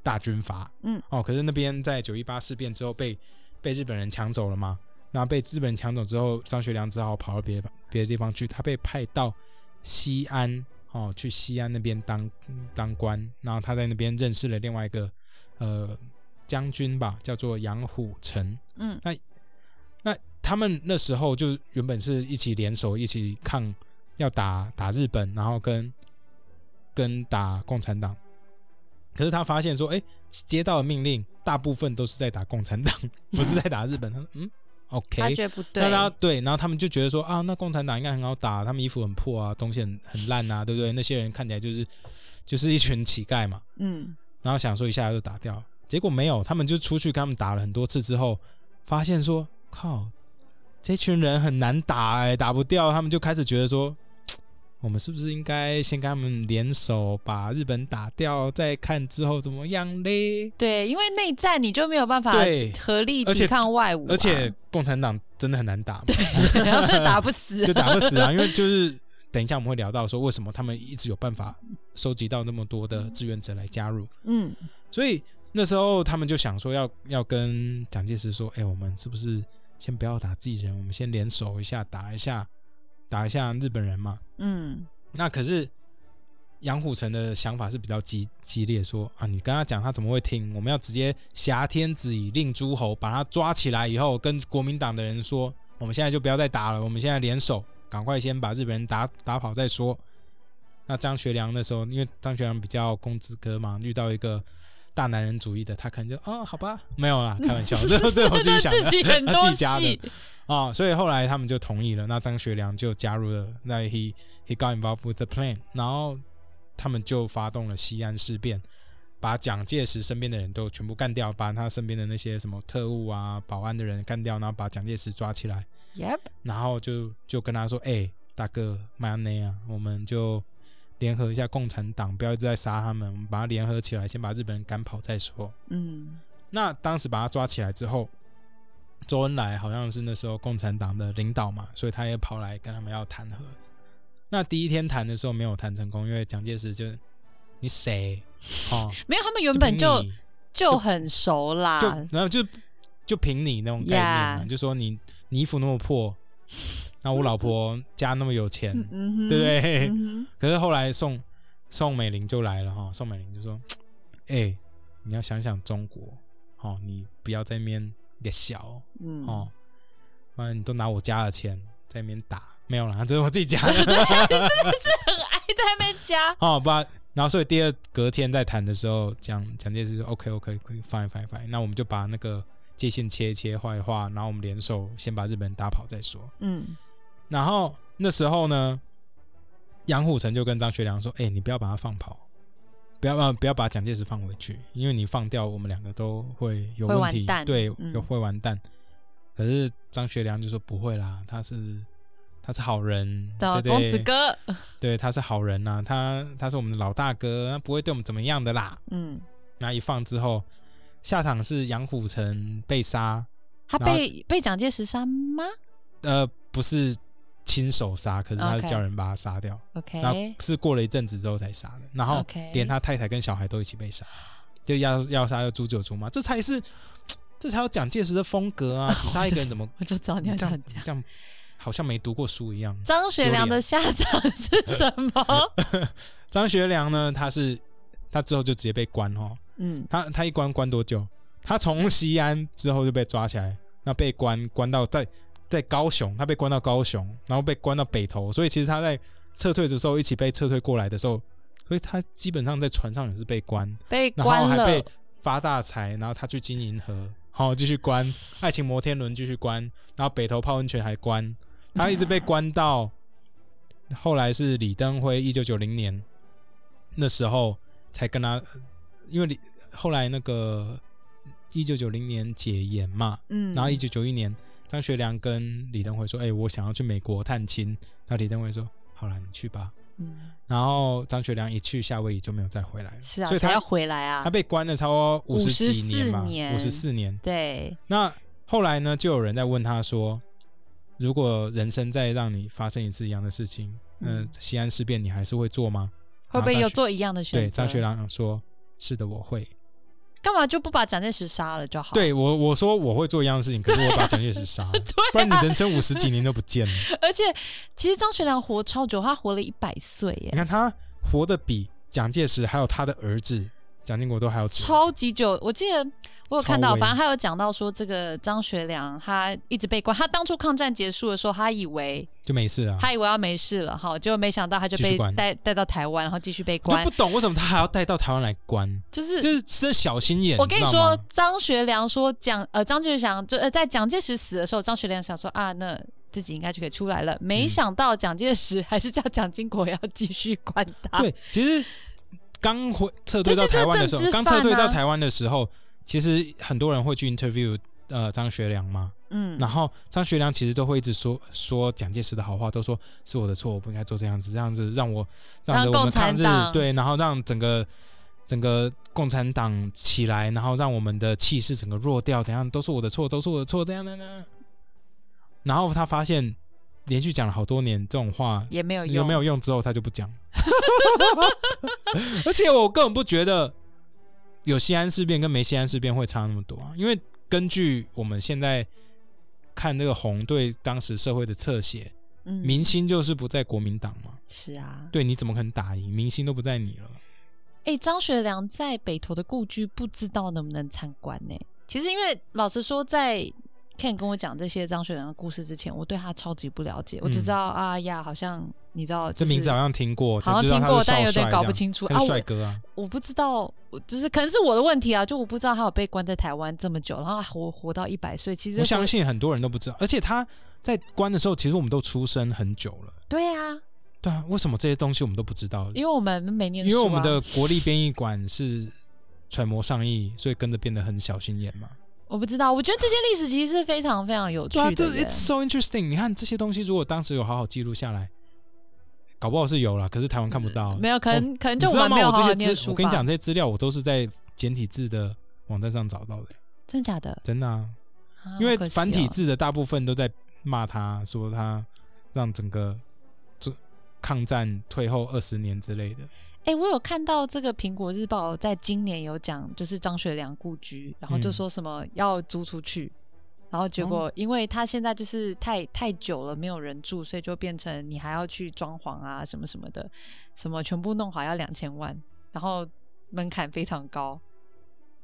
[SPEAKER 2] 大军阀，
[SPEAKER 1] 嗯，
[SPEAKER 2] 哦，可是那边在九一八事变之后被被日本人抢走了嘛，那被日本人抢走之后，张学良只好跑到别的别的地方去，他被派到西安哦，去西安那边当当官，然后他在那边认识了另外一个呃将军吧，叫做杨虎城，
[SPEAKER 1] 嗯，
[SPEAKER 2] 那他们那时候就原本是一起联手一起抗，要打打日本，然后跟跟打共产党。可是他发现说，哎、接到的命令大部分都是在打共产党， 不是在打日本。他说，嗯
[SPEAKER 1] 他
[SPEAKER 2] ，OK，
[SPEAKER 1] 觉得不对
[SPEAKER 2] 那，他对，然后他们就觉得说啊，那共产党应该很好打，他们衣服很破啊，东西很很烂啊，对不对？那些人看起来就是就是一群乞丐嘛。
[SPEAKER 1] 嗯，
[SPEAKER 2] 然后想说一下就打掉，结果没有，他们就出去跟他们打了很多次之后，发现说靠，这群人很难打哎、打不掉，他们就开始觉得说，嘖我们是不是应该先跟他们联手把日本打掉，再看之后怎么样嘞？
[SPEAKER 1] 对，因为内战你就没有办法
[SPEAKER 2] 对
[SPEAKER 1] 合力
[SPEAKER 2] 而且
[SPEAKER 1] 抵抗外侮、啊，
[SPEAKER 2] 而且共产党真的很难打嘛，
[SPEAKER 1] 然后 就打不死，
[SPEAKER 2] 就打不死啊，因为就是等一下我们会聊到说为什么他们一直有办法收集到那么多的志愿者来加入，
[SPEAKER 1] 嗯，
[SPEAKER 2] 所以那时候他们就想说要要跟蒋介石说，哎、我们是不是先不要打自己人，我们先联手一下，打一下，打一下日本人嘛？
[SPEAKER 1] 嗯，
[SPEAKER 2] 那可是杨虎城的想法是比较激激烈说啊，你跟他讲他怎么会听？我们要直接挟天子以令诸侯，把他抓起来以后，跟国民党的人说，我们现在就不要再打了，我们现在联手，赶快先把日本人打打跑再说。那张学良那时候，因为张学良比较公子哥嘛，遇到一个大男人主义的，他可能就哦，好吧，没有啦，开 玩笑，这这我自己
[SPEAKER 1] 他
[SPEAKER 2] 想的，
[SPEAKER 1] 自己很
[SPEAKER 2] 他
[SPEAKER 1] 多
[SPEAKER 2] 自己加的
[SPEAKER 1] 戏，
[SPEAKER 2] 啊、所以后来他们就同意了。那张学良就加入了，那 he he got involved with the plan，然后他们就发动了西安事变，把蒋介石身边的人都全部干掉，把他身边的那些什么特务啊、保安的人干掉，然后把蒋介石抓起来，
[SPEAKER 1] yep，
[SPEAKER 2] 然后就就跟他说：“哎、大哥，迈阿密啊，我们就联合一下共产党，不要一直在杀他们，我们把他联合起来，先把日本人赶跑再说。”
[SPEAKER 1] 嗯，
[SPEAKER 2] 那当时把他抓起来之后，周恩来好像是那时候共产党的领导嘛，所以他也跑来跟他们要谈和。那第一天谈的时候没有谈成功，因为蒋介石就你谁 哦，
[SPEAKER 1] 没有，他们原本就
[SPEAKER 2] 凭你
[SPEAKER 1] 就很熟啦，
[SPEAKER 2] 就然后就就凭你那种概念嘛
[SPEAKER 1] Yeah
[SPEAKER 2] 就说你你衣服那么破，那我老婆家那么有钱，
[SPEAKER 1] 嗯嗯哼，
[SPEAKER 2] 对不对？
[SPEAKER 1] 嗯
[SPEAKER 2] 可是后来宋宋美龄就来了哈，宋美龄就说：“哎、你要想想中国，哦，你不要在那边给小
[SPEAKER 1] 哼，
[SPEAKER 2] 哦，不然你都拿我家的钱在那边打，没有啦，这是我自己讲的
[SPEAKER 1] 很爱在那边加，
[SPEAKER 2] 哦，不然。”然后，所以第二隔天在谈的时候，蒋蒋介石就 OK OK OK fine fine fine，那我们就把那个界限切一切画一画，然后我们联手先把日本人打跑再说。
[SPEAKER 1] 嗯
[SPEAKER 2] 然后那时候呢，杨虎城就跟张学良说：“哎、你不要把他放跑，不要呃不要把蒋介石放回去，因为你放掉，我们两个都会有
[SPEAKER 1] 会
[SPEAKER 2] 问
[SPEAKER 1] 完
[SPEAKER 2] 题，
[SPEAKER 1] 蛋
[SPEAKER 2] 对，
[SPEAKER 1] 嗯
[SPEAKER 2] 有会完蛋。可是张学良就说：“不会啦，他是他是好人，
[SPEAKER 1] 找
[SPEAKER 2] 对不
[SPEAKER 1] 啊公子
[SPEAKER 2] 对？
[SPEAKER 1] 哥，
[SPEAKER 2] 对，他是好人呐、他他是我们的老大哥，他不会对我们怎么样的啦。
[SPEAKER 1] 嗯，”
[SPEAKER 2] 那一放之后，下场是杨虎城被杀，
[SPEAKER 1] 他
[SPEAKER 2] 然后
[SPEAKER 1] 被被蒋介石杀吗
[SPEAKER 2] 呃，不是亲手杀，可是他是
[SPEAKER 1] OK
[SPEAKER 2] 叫人把他杀掉。然后
[SPEAKER 1] ？OK，
[SPEAKER 2] 是过了一阵子之后才杀的，然后
[SPEAKER 1] OK
[SPEAKER 2] 连他太太跟小孩都一起被杀，就要要杀要诛九族嘛，这才是这才有蒋介石的风格啊！只杀一个人 怎么
[SPEAKER 1] 我就知道哦你要
[SPEAKER 2] 这
[SPEAKER 1] 这
[SPEAKER 2] 样
[SPEAKER 1] 样讲。
[SPEAKER 2] 这样，好像没读过书一样。
[SPEAKER 1] 张学良的下场是什 么？
[SPEAKER 2] 张学良呢，他是他之后就直接被关哦，
[SPEAKER 1] 嗯，
[SPEAKER 2] 他他一关关多久？他从西安之后就被抓起来，那被关关到在在高雄，他被关到高雄，然后被关到北投，所以其实他在撤退的时候一起被撤退过来的时候，所以他基本上在船上也是被关，
[SPEAKER 1] 被
[SPEAKER 2] 然后
[SPEAKER 1] 关
[SPEAKER 2] 还
[SPEAKER 1] 了
[SPEAKER 2] 被。发大财，然后他去金银河，好继续关，爱情摩天轮继续关，然后北投泡温泉还关，他一直被关到后来是李登辉一九九零年那时候才跟他，因为李后来那个一九九零年解严嘛，
[SPEAKER 1] 嗯，
[SPEAKER 2] 然后一九九一年张学良跟李登辉说：“哎、我想要去美国探亲。”那李登辉说：“好了，你去吧。
[SPEAKER 1] 嗯，”
[SPEAKER 2] 然后张学良一去夏威夷就没有再回来了，
[SPEAKER 1] 是啊，
[SPEAKER 2] 所以
[SPEAKER 1] 谁
[SPEAKER 2] 他
[SPEAKER 1] 要回来啊
[SPEAKER 2] 他？被关了超过五十几年嘛，五十
[SPEAKER 1] 54
[SPEAKER 2] 四年。
[SPEAKER 1] 对，
[SPEAKER 2] 那后来呢，就有人在问他说：“如果人生再让你发生一次一样的事情，嗯
[SPEAKER 1] 嗯，
[SPEAKER 2] 西安事变你还是会做吗
[SPEAKER 1] 会不会
[SPEAKER 2] 然后张
[SPEAKER 1] 有
[SPEAKER 2] 学
[SPEAKER 1] 做一样的？”选择？
[SPEAKER 2] 对，张学良说：“是的，我会。
[SPEAKER 1] 干嘛就不把蒋介石杀了就好？，
[SPEAKER 2] 对我我说我会做一样的事情，可是我把蒋介石 杀了，
[SPEAKER 1] 啊
[SPEAKER 2] 不然你人生五十几年都不见了。
[SPEAKER 1] 而且其实张学良活超久，他活了一百岁耶
[SPEAKER 2] 你，看他活得比蒋介石还有他的儿子蒋经国都还要久。
[SPEAKER 1] 超级久。我记得我有看
[SPEAKER 2] 超
[SPEAKER 1] 到，
[SPEAKER 2] 威
[SPEAKER 1] 反正他有讲到说，这个张学良他一直被关，他当初抗战结束的时候，他以为
[SPEAKER 2] 就没事啊。
[SPEAKER 1] 他以为要没事了哈，结果没想到他就
[SPEAKER 2] 继续
[SPEAKER 1] 被
[SPEAKER 2] 关
[SPEAKER 1] 带带到台湾，然后继续被
[SPEAKER 2] 我就
[SPEAKER 1] 关
[SPEAKER 2] 不，懂为什么他还要带到台湾来关，
[SPEAKER 1] 就是
[SPEAKER 2] 就是这小心眼。
[SPEAKER 1] 我跟你
[SPEAKER 2] 知道
[SPEAKER 1] 说
[SPEAKER 2] 吗，
[SPEAKER 1] 张学良说蒋呃张学良就呃在蒋介石死的时候，张学良想说啊，那自己应该就可以出来了。
[SPEAKER 2] 嗯
[SPEAKER 1] 没想到蒋介石还是叫蒋经国要继续管他。
[SPEAKER 2] 对，其实刚回撤退
[SPEAKER 1] 啊这
[SPEAKER 2] 到
[SPEAKER 1] 就是
[SPEAKER 2] 台湾的时
[SPEAKER 1] 政
[SPEAKER 2] 候，
[SPEAKER 1] 治
[SPEAKER 2] 刚撤退
[SPEAKER 1] 犯啊
[SPEAKER 2] 到台湾的时候，其实很多人会去 interview 呃张学良嘛，
[SPEAKER 1] 嗯，
[SPEAKER 2] 然后张学良其实都会一直说说蒋介石的好话，都说是我的错，我不应该做这样子，这样子让我
[SPEAKER 1] 让
[SPEAKER 2] 让着我
[SPEAKER 1] 共
[SPEAKER 2] 们抗
[SPEAKER 1] 产
[SPEAKER 2] 日
[SPEAKER 1] 党
[SPEAKER 2] 对，然后让整个整个共产党起来，然后让我们的气势整个弱掉，怎样都是我的错，都是我的错，这样的呢。然后他发现连续讲了好多年这种话
[SPEAKER 1] 也没有用，
[SPEAKER 2] 有没有用之后，他就不讲。 而且我根本不觉得有西安事变跟没西安事变会差那么多啊，因为根据我们现在看这个红对当时社会的侧写，
[SPEAKER 1] 嗯
[SPEAKER 2] 明星就是不在国民党嘛，
[SPEAKER 1] 是啊。
[SPEAKER 2] 对，你怎么可能打赢？明星都不在你了，
[SPEAKER 1] 哎，张学良在北投的故居不知道能不能参观呢？其实因为老实说，在 Ken 跟我讲这些张学良的故事之前，我对他超级不了解，我只知道、啊呀，好像你知道、就
[SPEAKER 2] 嗯这
[SPEAKER 1] 是
[SPEAKER 2] 名字好像听过，
[SPEAKER 1] 好像
[SPEAKER 2] 就知道
[SPEAKER 1] 听
[SPEAKER 2] 他
[SPEAKER 1] 过，
[SPEAKER 2] 是
[SPEAKER 1] 但
[SPEAKER 2] 少
[SPEAKER 1] 有
[SPEAKER 2] 帅
[SPEAKER 1] 点
[SPEAKER 2] 这
[SPEAKER 1] 搞不
[SPEAKER 2] 样
[SPEAKER 1] 清楚
[SPEAKER 2] 他
[SPEAKER 1] 啊。
[SPEAKER 2] 是
[SPEAKER 1] 我
[SPEAKER 2] 帅哥啊，
[SPEAKER 1] 我不知道，我就是可能是我的问题啊，就我不知道他有被关在台湾这么久，然后还活活到一百岁，其实
[SPEAKER 2] 我
[SPEAKER 1] 活
[SPEAKER 2] 相信很多人都不知道，而且他在关的时候，其实我们都出生很久了，
[SPEAKER 1] 对啊，
[SPEAKER 2] 对啊，为什么这些东西我们都不知道？
[SPEAKER 1] 因为我们没念书、啊，
[SPEAKER 2] 因为我们的国立编译馆是揣摩上意，所以跟着变得很小心眼嘛。
[SPEAKER 1] 我不知道，我觉得这些历史其实是非常非常有趣
[SPEAKER 2] 对
[SPEAKER 1] 的
[SPEAKER 2] 啊，
[SPEAKER 1] 耶，
[SPEAKER 2] 这 it's so interesting。你看这些东西，如果当时有好好记录下来，搞不好是有啦，可是台湾看不到。
[SPEAKER 1] 嗯
[SPEAKER 2] 哦
[SPEAKER 1] 没有可能可能
[SPEAKER 2] 你
[SPEAKER 1] 就
[SPEAKER 2] 知
[SPEAKER 1] 我们
[SPEAKER 2] 道吗？
[SPEAKER 1] 没有
[SPEAKER 2] 我
[SPEAKER 1] 好好
[SPEAKER 2] 这
[SPEAKER 1] 念
[SPEAKER 2] 些资，
[SPEAKER 1] 书
[SPEAKER 2] 我跟你
[SPEAKER 1] 吧
[SPEAKER 2] 讲，这些资料我都是在简体字的网站上找到的，
[SPEAKER 1] 真的假的？
[SPEAKER 2] 真的啊。
[SPEAKER 1] 啊
[SPEAKER 2] 因为
[SPEAKER 1] 好可惜
[SPEAKER 2] 繁体
[SPEAKER 1] 哦
[SPEAKER 2] 字的大部分都在骂他，说他让整个这抗战退后二十年之类的。
[SPEAKER 1] 哎、我有看到这个《苹果日报》在今年有讲，就是张学良故居，然后就
[SPEAKER 2] 嗯哦
[SPEAKER 1] 说什么要租出去，然后结果因为他现在就是太太久了没有人住，所以就变成你还要去装潢啊什么什么的，什么全部弄好要两千万，然后门槛非常高，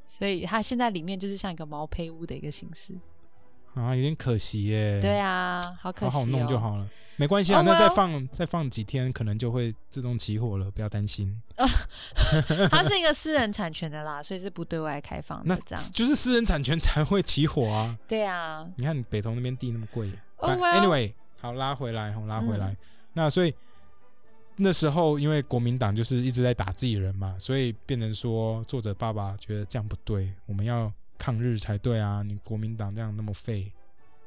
[SPEAKER 1] 所以他现在里面就是像一个毛坯屋的一个形式。
[SPEAKER 2] 啊，有点可惜耶。
[SPEAKER 1] 对啊，好可惜、
[SPEAKER 2] 好
[SPEAKER 1] 哦，
[SPEAKER 2] 好弄就。好 了，没关系啊。
[SPEAKER 1] Oh
[SPEAKER 2] 那再
[SPEAKER 1] well
[SPEAKER 2] 放再放几天，可能就会自动起火了，不要担心。
[SPEAKER 1] 它是一个私人产权的啦，所以是不对外开放
[SPEAKER 2] 那
[SPEAKER 1] 的哦这样。
[SPEAKER 2] 就是私人产权才会起火啊！
[SPEAKER 1] 对啊，
[SPEAKER 2] 你看北投那边地那么贵。
[SPEAKER 1] Oh
[SPEAKER 2] But
[SPEAKER 1] well
[SPEAKER 2] anyway，好拉回来，好拉回来。
[SPEAKER 1] 嗯
[SPEAKER 2] 那所以那时候因为国民党就是一直在打自己人嘛，所以变成说作者爸爸觉得这样不对，我们要抗日才对啊！你国民党这样那么废，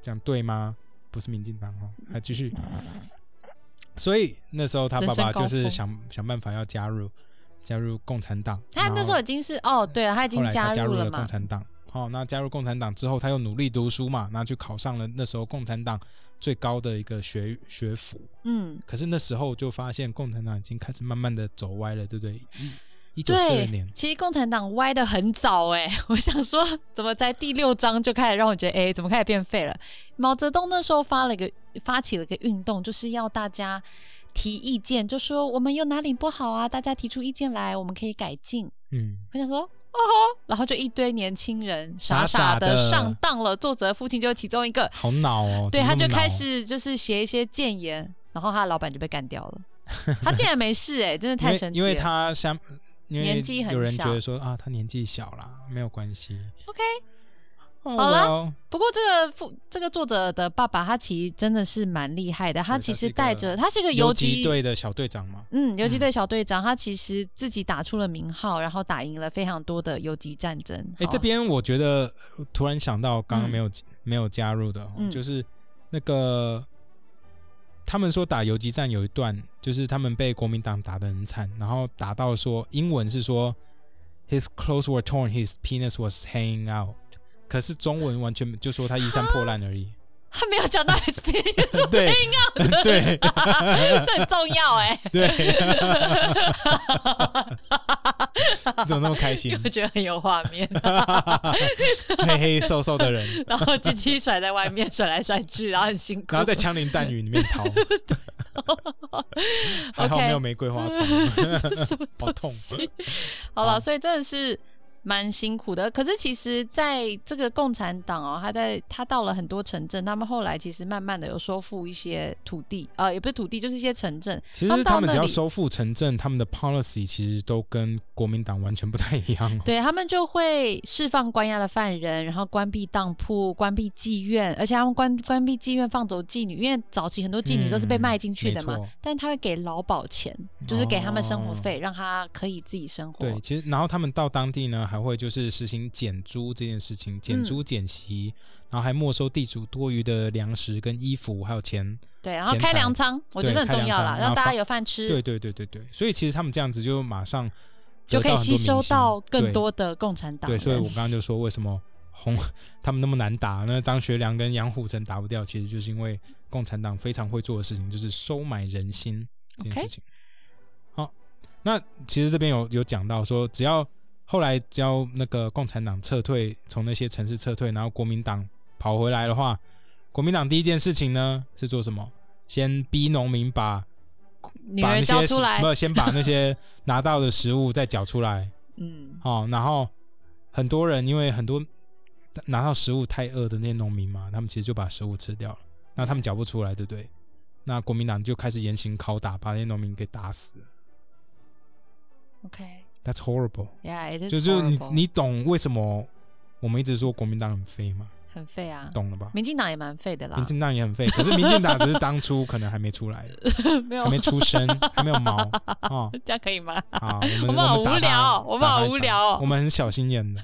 [SPEAKER 2] 这样对吗？不是民进党哦，还继续。所以那时候他
[SPEAKER 1] 嗯
[SPEAKER 2] 爸
[SPEAKER 1] 人
[SPEAKER 2] 爸
[SPEAKER 1] 生高
[SPEAKER 2] 就是
[SPEAKER 1] 峰
[SPEAKER 2] 想想办法要加入加入共产党。
[SPEAKER 1] 他那时候已经是哦，对了，他已
[SPEAKER 2] 后
[SPEAKER 1] 经
[SPEAKER 2] 来他加
[SPEAKER 1] 入
[SPEAKER 2] 入
[SPEAKER 1] 了
[SPEAKER 2] 了
[SPEAKER 1] 嘛
[SPEAKER 2] 共，产党。好、那加入共产党之后，他又努力读书嘛，那就考上了那时候共产党最高的一个学学府。
[SPEAKER 1] 嗯，
[SPEAKER 2] 可是那时候就发现共产党已经开始慢慢的走歪了，对不对？一一九四二
[SPEAKER 1] 对
[SPEAKER 2] 年，，
[SPEAKER 1] 其实共产党歪的很早哎、 我想说怎么在第六章就开始让我觉得哎、怎么开始变废了？毛泽东那时候发了一个发起了一个运动，就是要大家提意见，就说我们有哪里不好啊，大家提出意见来，我们可以改进。
[SPEAKER 2] 嗯，
[SPEAKER 1] 我想说。哦吼！然后就一堆年轻人傻
[SPEAKER 2] 傻傻
[SPEAKER 1] 傻
[SPEAKER 2] 的
[SPEAKER 1] 的上当了，作者的父亲就是其中一个。
[SPEAKER 2] 好恼哦。
[SPEAKER 1] 对，
[SPEAKER 2] 怎么
[SPEAKER 1] 他
[SPEAKER 2] 那么
[SPEAKER 1] 就开
[SPEAKER 2] 恼
[SPEAKER 1] 始就是写一些谏言，然后他的老板就被干掉 了。他竟然没事哎、真的
[SPEAKER 2] 因
[SPEAKER 1] 太
[SPEAKER 2] 为
[SPEAKER 1] 神奇
[SPEAKER 2] 因
[SPEAKER 1] 了。
[SPEAKER 2] 为他相因为
[SPEAKER 1] 年纪很
[SPEAKER 2] 有人觉
[SPEAKER 1] 小
[SPEAKER 2] 得说啊，他年纪小啦，没有关系。
[SPEAKER 1] OK，
[SPEAKER 2] Oh
[SPEAKER 1] 好啦
[SPEAKER 2] well，
[SPEAKER 1] 不过这个父这个作者的爸爸，他其实真的是蛮厉害的。他其实带着他是一个游
[SPEAKER 2] 游
[SPEAKER 1] 击
[SPEAKER 2] 击，队的小队长嘛，
[SPEAKER 1] 嗯，游击队小队长，他其实自己打出了名号，然后打赢了非常多的游击战争。
[SPEAKER 2] 哎、
[SPEAKER 1] 好
[SPEAKER 2] 这边我觉得呃突然想到，刚刚没有、没有加入的哦，
[SPEAKER 1] 嗯
[SPEAKER 2] 就是那个他们说打游击战有一段，就是他们被国民党打得很惨，然后打到说英文是说 his clothes were torn, his penis was hanging out，可是中文完全就说他衣衫破烂 而已。
[SPEAKER 1] 哦他没有讲到 experience，
[SPEAKER 2] 对 对
[SPEAKER 1] 这很重要 哎、
[SPEAKER 2] 对，怎么那么开心
[SPEAKER 1] 因为？我觉得很有画面，
[SPEAKER 2] 黑黑瘦瘦的人，
[SPEAKER 1] 然后机器甩在外面，甩来甩去，然后很辛苦。
[SPEAKER 2] 然后在枪林弹雨里面 逃。还好没有玫瑰花丛，
[SPEAKER 1] 什么
[SPEAKER 2] 好
[SPEAKER 1] 东
[SPEAKER 2] 痛。
[SPEAKER 1] 西？ 好了，所以真的是蛮辛苦的。可是其实，在这个共产党哦，他在他到了很多城镇，他们后来其实慢慢的有收复一些土地，呃，也不是土地，就是一些城镇。
[SPEAKER 2] 其实
[SPEAKER 1] 到
[SPEAKER 2] 他们
[SPEAKER 1] 那
[SPEAKER 2] 只要
[SPEAKER 1] 里，
[SPEAKER 2] 收复城镇，他们的 policy 其实都跟国民党完全不太一样。哦
[SPEAKER 1] 哎对他们就会释放关押的犯人，然后关闭当铺、关闭妓院，而且他们关关闭妓院放走妓女，因为早期很多妓女都是被
[SPEAKER 2] 嗯
[SPEAKER 1] 卖进去的嘛。
[SPEAKER 2] 没错
[SPEAKER 1] 但他会给劳保钱，就是给他们生活
[SPEAKER 2] 哦
[SPEAKER 1] 费，让他可以自己生活。
[SPEAKER 2] 对，其实然后他们到当地呢，还会就是实行减租这件事情，减
[SPEAKER 1] 嗯
[SPEAKER 2] 租减息，然后还没收地主多余的粮食跟衣服还有钱。
[SPEAKER 1] 对，然后
[SPEAKER 2] 钱
[SPEAKER 1] 开
[SPEAKER 2] 财
[SPEAKER 1] 粮仓，我觉
[SPEAKER 2] 对
[SPEAKER 1] 得很
[SPEAKER 2] 开
[SPEAKER 1] 重
[SPEAKER 2] 粮
[SPEAKER 1] 要啦
[SPEAKER 2] 仓，然
[SPEAKER 1] 让
[SPEAKER 2] 后
[SPEAKER 1] 大家
[SPEAKER 2] 放
[SPEAKER 1] 有饭吃，
[SPEAKER 2] 对对对对对，所以其实他们这样子就马上
[SPEAKER 1] 就
[SPEAKER 2] 得
[SPEAKER 1] 可以
[SPEAKER 2] 到很多
[SPEAKER 1] 吸收
[SPEAKER 2] 民心
[SPEAKER 1] 到更
[SPEAKER 2] 对
[SPEAKER 1] 多的共产党
[SPEAKER 2] 对，
[SPEAKER 1] 人。
[SPEAKER 2] 所以我刚刚就说为什么红他们那么难打，那张学良跟杨虎城打不掉，其实就是因为共产党非常会做的事情，就是收买人心这件
[SPEAKER 1] OK
[SPEAKER 2] 事情。好，那其实这边有有讲到说，只要后来只要那个共产党撤退，从那些城市撤退，然后国民党跑回来的话，国民党第一件事情呢是做什么？先逼农民把
[SPEAKER 1] 女
[SPEAKER 2] 把
[SPEAKER 1] 儿
[SPEAKER 2] 那
[SPEAKER 1] 交
[SPEAKER 2] 些
[SPEAKER 1] 出
[SPEAKER 2] 食
[SPEAKER 1] 来
[SPEAKER 2] 没，有先把那些拿到的食物再缴出来。
[SPEAKER 1] 嗯，
[SPEAKER 2] 哦，然后很多人因为很多拿到食物太饿的那些农民嘛，他们其实就把食物吃掉了，那他们缴不出来，对不对？那国民党就开始严刑拷打，把那些农民给打死。
[SPEAKER 1] ，OK，Yeah，it
[SPEAKER 2] That's horrible。
[SPEAKER 1] is
[SPEAKER 2] 就就你
[SPEAKER 1] horrible
[SPEAKER 2] 你懂为什么我们一直说国民党很废吗？
[SPEAKER 1] 很废啊，
[SPEAKER 2] 懂了吧？
[SPEAKER 1] 民进党也蛮废的啦
[SPEAKER 2] 民，进党也很废，可是民进党只是当初可能还没出 来，
[SPEAKER 1] 没有
[SPEAKER 2] 还没出生，还没有毛哦。
[SPEAKER 1] 这样可以吗？
[SPEAKER 2] 好，
[SPEAKER 1] 我
[SPEAKER 2] 我们
[SPEAKER 1] 们好
[SPEAKER 2] 打
[SPEAKER 1] 无聊
[SPEAKER 2] 他
[SPEAKER 1] 哦我们
[SPEAKER 2] 打他
[SPEAKER 1] 好
[SPEAKER 2] 一
[SPEAKER 1] 无
[SPEAKER 2] 把
[SPEAKER 1] 聊哦
[SPEAKER 2] 我们很小心眼的。